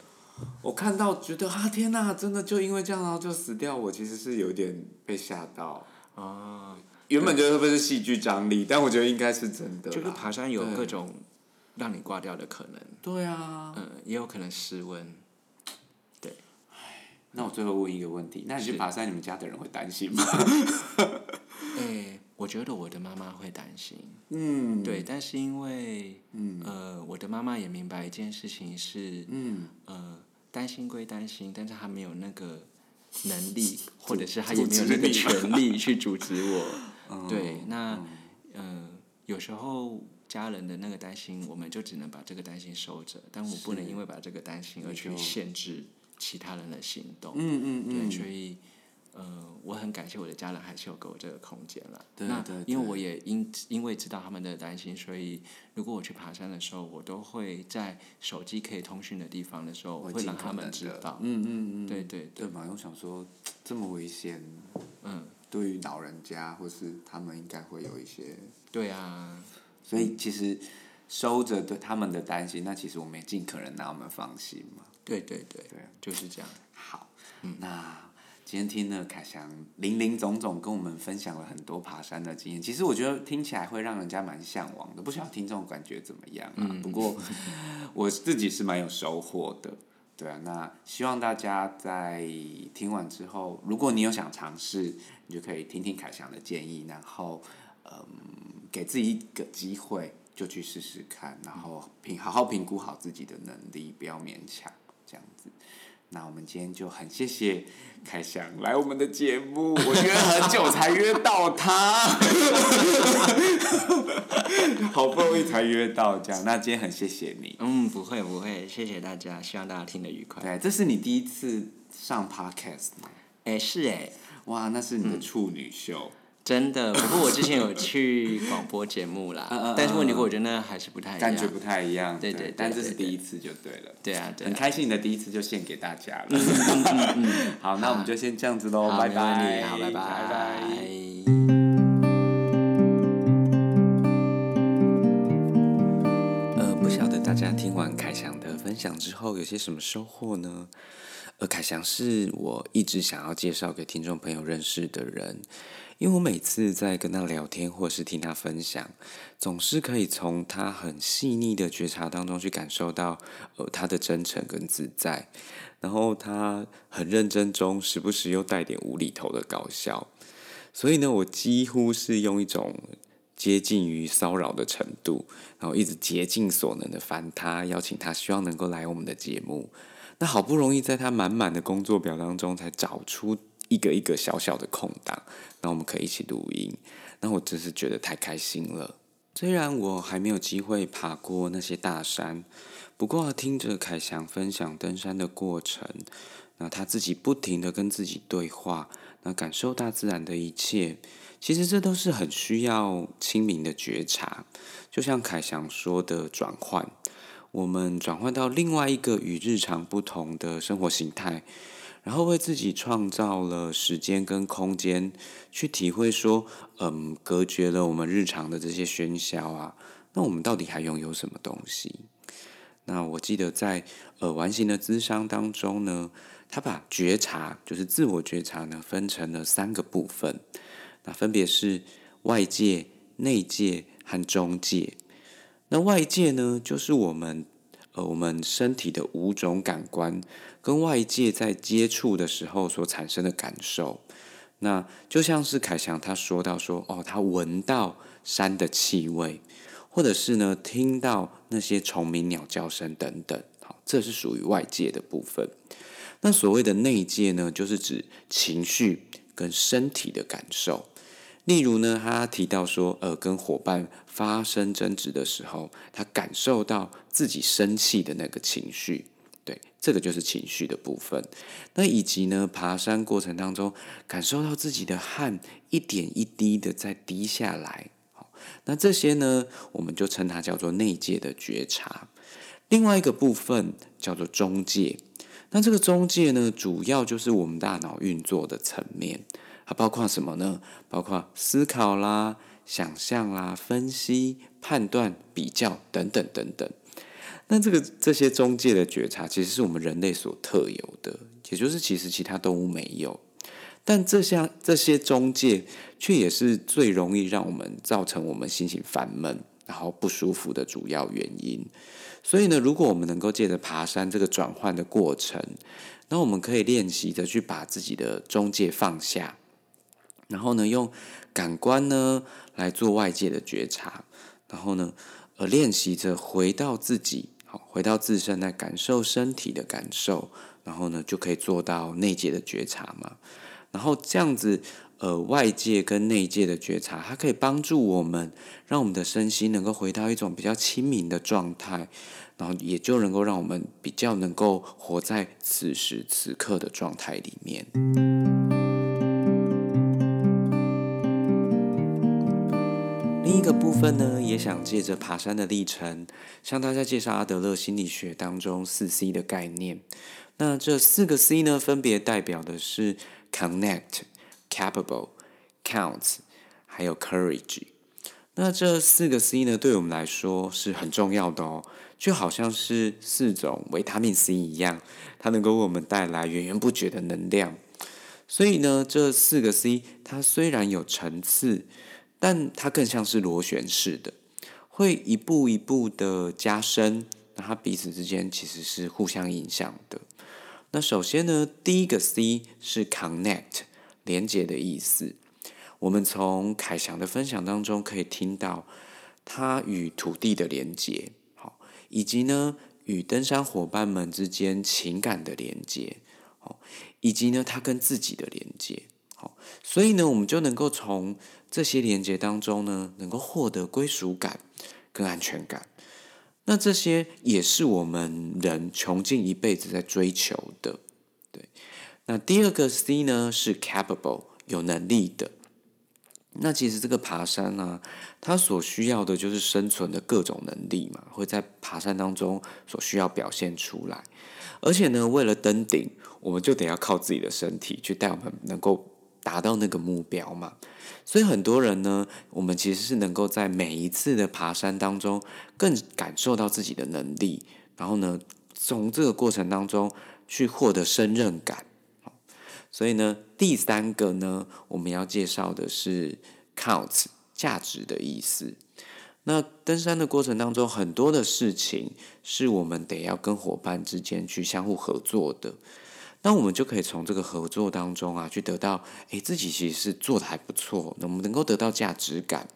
[SPEAKER 1] 我看到觉得啊，天哪，真的就因为这样然后就死掉，我其实是有点被吓到。
[SPEAKER 2] 哦，
[SPEAKER 1] 原本觉得会不会是戏剧张力，但我觉得应该是真的啦。
[SPEAKER 2] 就是爬山有
[SPEAKER 1] 对
[SPEAKER 2] 各种让你挂掉的可能，
[SPEAKER 1] 对啊。
[SPEAKER 2] 嗯，也有可能失 *laughs* 温。
[SPEAKER 1] 那我最后问一个问题，那你去
[SPEAKER 2] 是
[SPEAKER 1] 爬山，你们家的人会担心吗？
[SPEAKER 2] *laughs* 哎、我觉得我的妈妈会担心，
[SPEAKER 1] 嗯，
[SPEAKER 2] 对，但是因为，
[SPEAKER 1] 嗯
[SPEAKER 2] 呃，我的妈妈也明白一件事情是，
[SPEAKER 1] 嗯，
[SPEAKER 2] 呃，担心归担心，但是她没有那个能力，或者是她
[SPEAKER 1] 阻
[SPEAKER 2] 也没有
[SPEAKER 1] 止
[SPEAKER 2] 那个 *laughs*
[SPEAKER 1] 你
[SPEAKER 2] 权利去阻止我。
[SPEAKER 1] 嗯
[SPEAKER 2] 对，那，呃，有时候家人的那个担心，我们就只能把这个担心收着，但我不能因为把这个担心而
[SPEAKER 1] 你
[SPEAKER 2] 去
[SPEAKER 1] 就
[SPEAKER 2] 限制其他人的行动。
[SPEAKER 1] 嗯嗯嗯
[SPEAKER 2] 对，，所以呃，我很感谢我的家人还是有给我这个空间了。
[SPEAKER 1] 对
[SPEAKER 2] 那
[SPEAKER 1] 对
[SPEAKER 2] 因为
[SPEAKER 1] 对
[SPEAKER 2] 我也因因为知道他们的担心，所以如果我去爬山的时候，我都会在手机可以通讯的地方的时候，
[SPEAKER 1] 我
[SPEAKER 2] 会
[SPEAKER 1] 尽
[SPEAKER 2] 让
[SPEAKER 1] 可
[SPEAKER 2] 他们
[SPEAKER 1] 能
[SPEAKER 2] 知
[SPEAKER 1] 的
[SPEAKER 2] 道。
[SPEAKER 1] 嗯嗯嗯，
[SPEAKER 2] 对对对，
[SPEAKER 1] 对嘛？我想说，这么危险，
[SPEAKER 2] 嗯，
[SPEAKER 1] 对于老人家或是他们应该会有一些，
[SPEAKER 2] 对啊，
[SPEAKER 1] 所以其实收着对他们的担心，那其实我们也尽可能让他们放心嘛。
[SPEAKER 2] 对对对，
[SPEAKER 1] 对啊
[SPEAKER 2] 就是这样。
[SPEAKER 1] 好，嗯那今天听了凯翔林林总总跟我们分享了很多爬山的经验，其实我觉得听起来会让人家蛮向往的，不晓得听众感觉怎么样啊？不过我自己是蛮有收获的。对啊，那希望大家在听完之后，如果你有想尝试，你就可以听听凯翔的建议，然后嗯，给自己一个机会就去试试看，然后评好好评估好自己的能力，不要勉强这样子。那我们今天就很谢谢凯翔来我们的节
[SPEAKER 2] *laughs*
[SPEAKER 1] 目，我约很久才约到他， *laughs* 好不容易才约到这样。那今天很谢谢你，
[SPEAKER 2] 嗯，不会不会，谢谢大家，希望大家听得愉快。
[SPEAKER 1] 对，这是你第一次上 podcast 吗？
[SPEAKER 2] 哎，是哎，
[SPEAKER 1] 哇，那是你
[SPEAKER 2] 嗯
[SPEAKER 1] 的处女秀，
[SPEAKER 2] 真的。不过我之前有去广播节目
[SPEAKER 1] *laughs* 嗯
[SPEAKER 2] 啦
[SPEAKER 1] 嗯，
[SPEAKER 2] 但是问题我觉得那还是不太一
[SPEAKER 1] 感觉
[SPEAKER 2] 样
[SPEAKER 1] 不。太一样，
[SPEAKER 2] 哎对对
[SPEAKER 1] 对
[SPEAKER 2] 对，
[SPEAKER 1] 但这是
[SPEAKER 2] 对对
[SPEAKER 1] 第一次就对了。
[SPEAKER 2] 对啊，对嗯
[SPEAKER 1] 很
[SPEAKER 2] 啊。
[SPEAKER 1] 开心你的第一次就献给大家了。 *laughs* 好，那我们就先这样子喽，
[SPEAKER 2] 嗯好
[SPEAKER 1] 拜
[SPEAKER 2] 没问
[SPEAKER 1] 拜，
[SPEAKER 2] 题好，拜
[SPEAKER 1] 拜拜
[SPEAKER 2] 拜
[SPEAKER 1] 呃，不晓得大家听完凯翔的分享之后有些什么收获呢？呃，凯翔是我一直想要介绍给听众朋友认识的人，因为我每次在跟他聊天或是听他分享，总是可以从他很细腻的觉察当中去感受到，呃，他的真诚跟自在，然后他很认真中，时不时又带点无厘头的搞笑，所以呢，我几乎是用一种接近于骚扰的程度，然后一直竭尽所能的烦他，邀请他，希望能够来我们的节目。那好不容易在他满满的工作表当中，才找出一个一个小小的空档，那我们可以一起录音。那我真是觉得太开心了。虽然我还没有机会爬过那些大山，不过啊听着凯翔分享登山的过程，那他自己不停的跟自己对话，那感受大自然的一切，其实这都是很需要清明的觉察。就像凯翔说的转换，我们转换到另外一个与日常不同的生活形态，然后为自己创造了时间跟空间，去体会说，嗯，隔绝了我们日常的这些喧嚣啊，那我们到底还拥有什么东西？那我记得在呃完形的咨商当中呢，他把觉察，就是自我觉察呢，分成了三个部分，那分别是外界、内界和中界。那外界呢，就是我们呃我们身体的五种感官跟外界在接触的时候所产生的感受。那就像是凯翔他说到说哦，他闻到山的气味，或者是呢听到那些虫鸣鸟叫声等等，好，这是属于外界的部分。那所谓的内界呢，就是指情绪跟身体的感受。例如呢，他提到说，呃，跟伙伴发生争执的时候，他感受到自己生气的那个情绪，对，这个就是情绪的部分。那以及呢，爬山过程当中，感受到自己的汗一点一滴的在滴下来，好，那这些呢，我们就称它叫做内界的觉察。另外一个部分叫做中介，那这个中介呢，主要就是我们大脑运作的层面，它包括什么呢？包括思考啦、想象啦、分析、判断、比较等等等等。那这个这些中介的觉察，其实是我们人类所特有的，也就是其实其他动物没有。但这项这些中介，却也是最容易让我们造成我们心情烦闷，然后不舒服的主要原因。所以呢，如果我们能够借着爬山这个转换的过程，那我们可以练习着去把自己的中介放下，然后呢，用感官呢来做外界的觉察，然后呢，呃，练习着回到自己，好，回到自身来感受身体的感受，然后呢，就可以做到内界的觉察嘛。然后这样子，呃，外界跟内界的觉察，它可以帮助我们，让我们的身心能够回到一种比较清明的状态，然后也就能够让我们比较能够活在此时此刻的状态里面。另一个部分呢，也想借着爬山的历程，向大家介绍阿德勒心理学当中四 C 的概念。那这四个 C 呢，分别代表的是 connect、capable、counts，还有 courage。那这四个 C 呢，对我们来说是很重要的哦，就好像是四种维他命 C 一样，它能够为我们带来源源不绝的能量。所以呢，这四个 C 它虽然有层次，但它更像是螺旋式的，会一步一步的加深，那它彼此之间其实是互相影响的。那首先呢，第一个 C 是 connect 连接的意思。我们从凯翔的分享当中可以听到他与土地的连接，好，以及呢与登山伙伴们之间情感的连接，好，以及呢他跟自己的连接，好，所以呢我们就能够从这些连接当中呢，能够获得归属感跟安全感。那这些也是我们人穷尽一辈子在追求的。对，那第二个 C 呢是 capable 有能力的。那其实这个爬山呢、它所需要的就是生存的各种能力嘛，会在爬山当中所需要表现出来。而且呢，为了登顶，我们就得要靠自己的身体去带我们能够达到那个目标嘛。所以很多人呢，我们其实是能够在每一次的爬山当中，更感受到自己的能力，然后呢，从这个过程当中去获得胜任感。所以呢，第三个呢，我们要介绍的是 counts 价值的意思。那登山的过程当中，很多的事情是我们得要跟伙伴之间去相互合作的。那我们就可以从这个合作当中啊，去得到，诶，自己其实是做的还不错，我们能够得到价值感。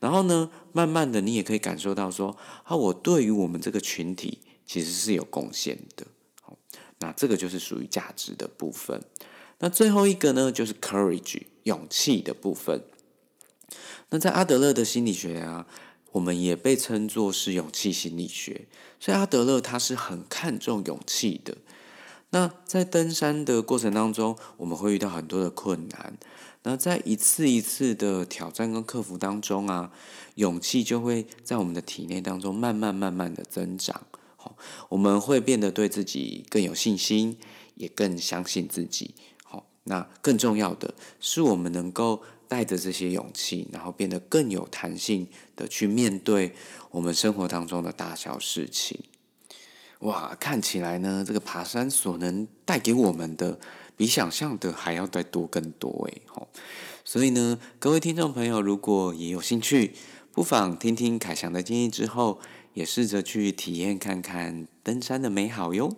[SPEAKER 1] 然后呢，慢慢的你也可以感受到说，啊，我对于我们这个群体其实是有贡献的。好，那这个就是属于价值的部分。那最后一个呢，就是 courage 勇气的部分。那在阿德勒的心理学啊，我们也被称作是勇气心理学，所以阿德勒他是很看重勇气的。那在登山的过程当中，我们会遇到很多的困难。那在一次一次的挑战跟克服当中啊，勇气就会在我们的体内当中慢慢慢慢的增长。好，我们会变得对自己更有信心，也更相信自己。好，那更重要的是，我们能够带着这些勇气，然后变得更有弹性的去面对我们生活当中的大小事情。哇，看起来呢，这个爬山所能带给我们的，比想象的还要再多更多诶。好，所以呢，各位听众朋友，如果也有兴趣，不妨听听凯翔的建议之后，也试着去体验看看登山的美好哟。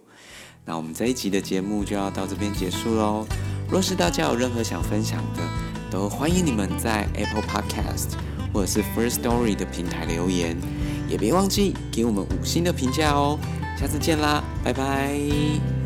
[SPEAKER 1] 那我们这一集的节目就要到这边结束喽。若是大家有任何想分享的，都欢迎你们在 Apple Podcast 或者是 First Story 的平台留言，也别忘记给我们五星的评价哦。下次见啦，拜拜。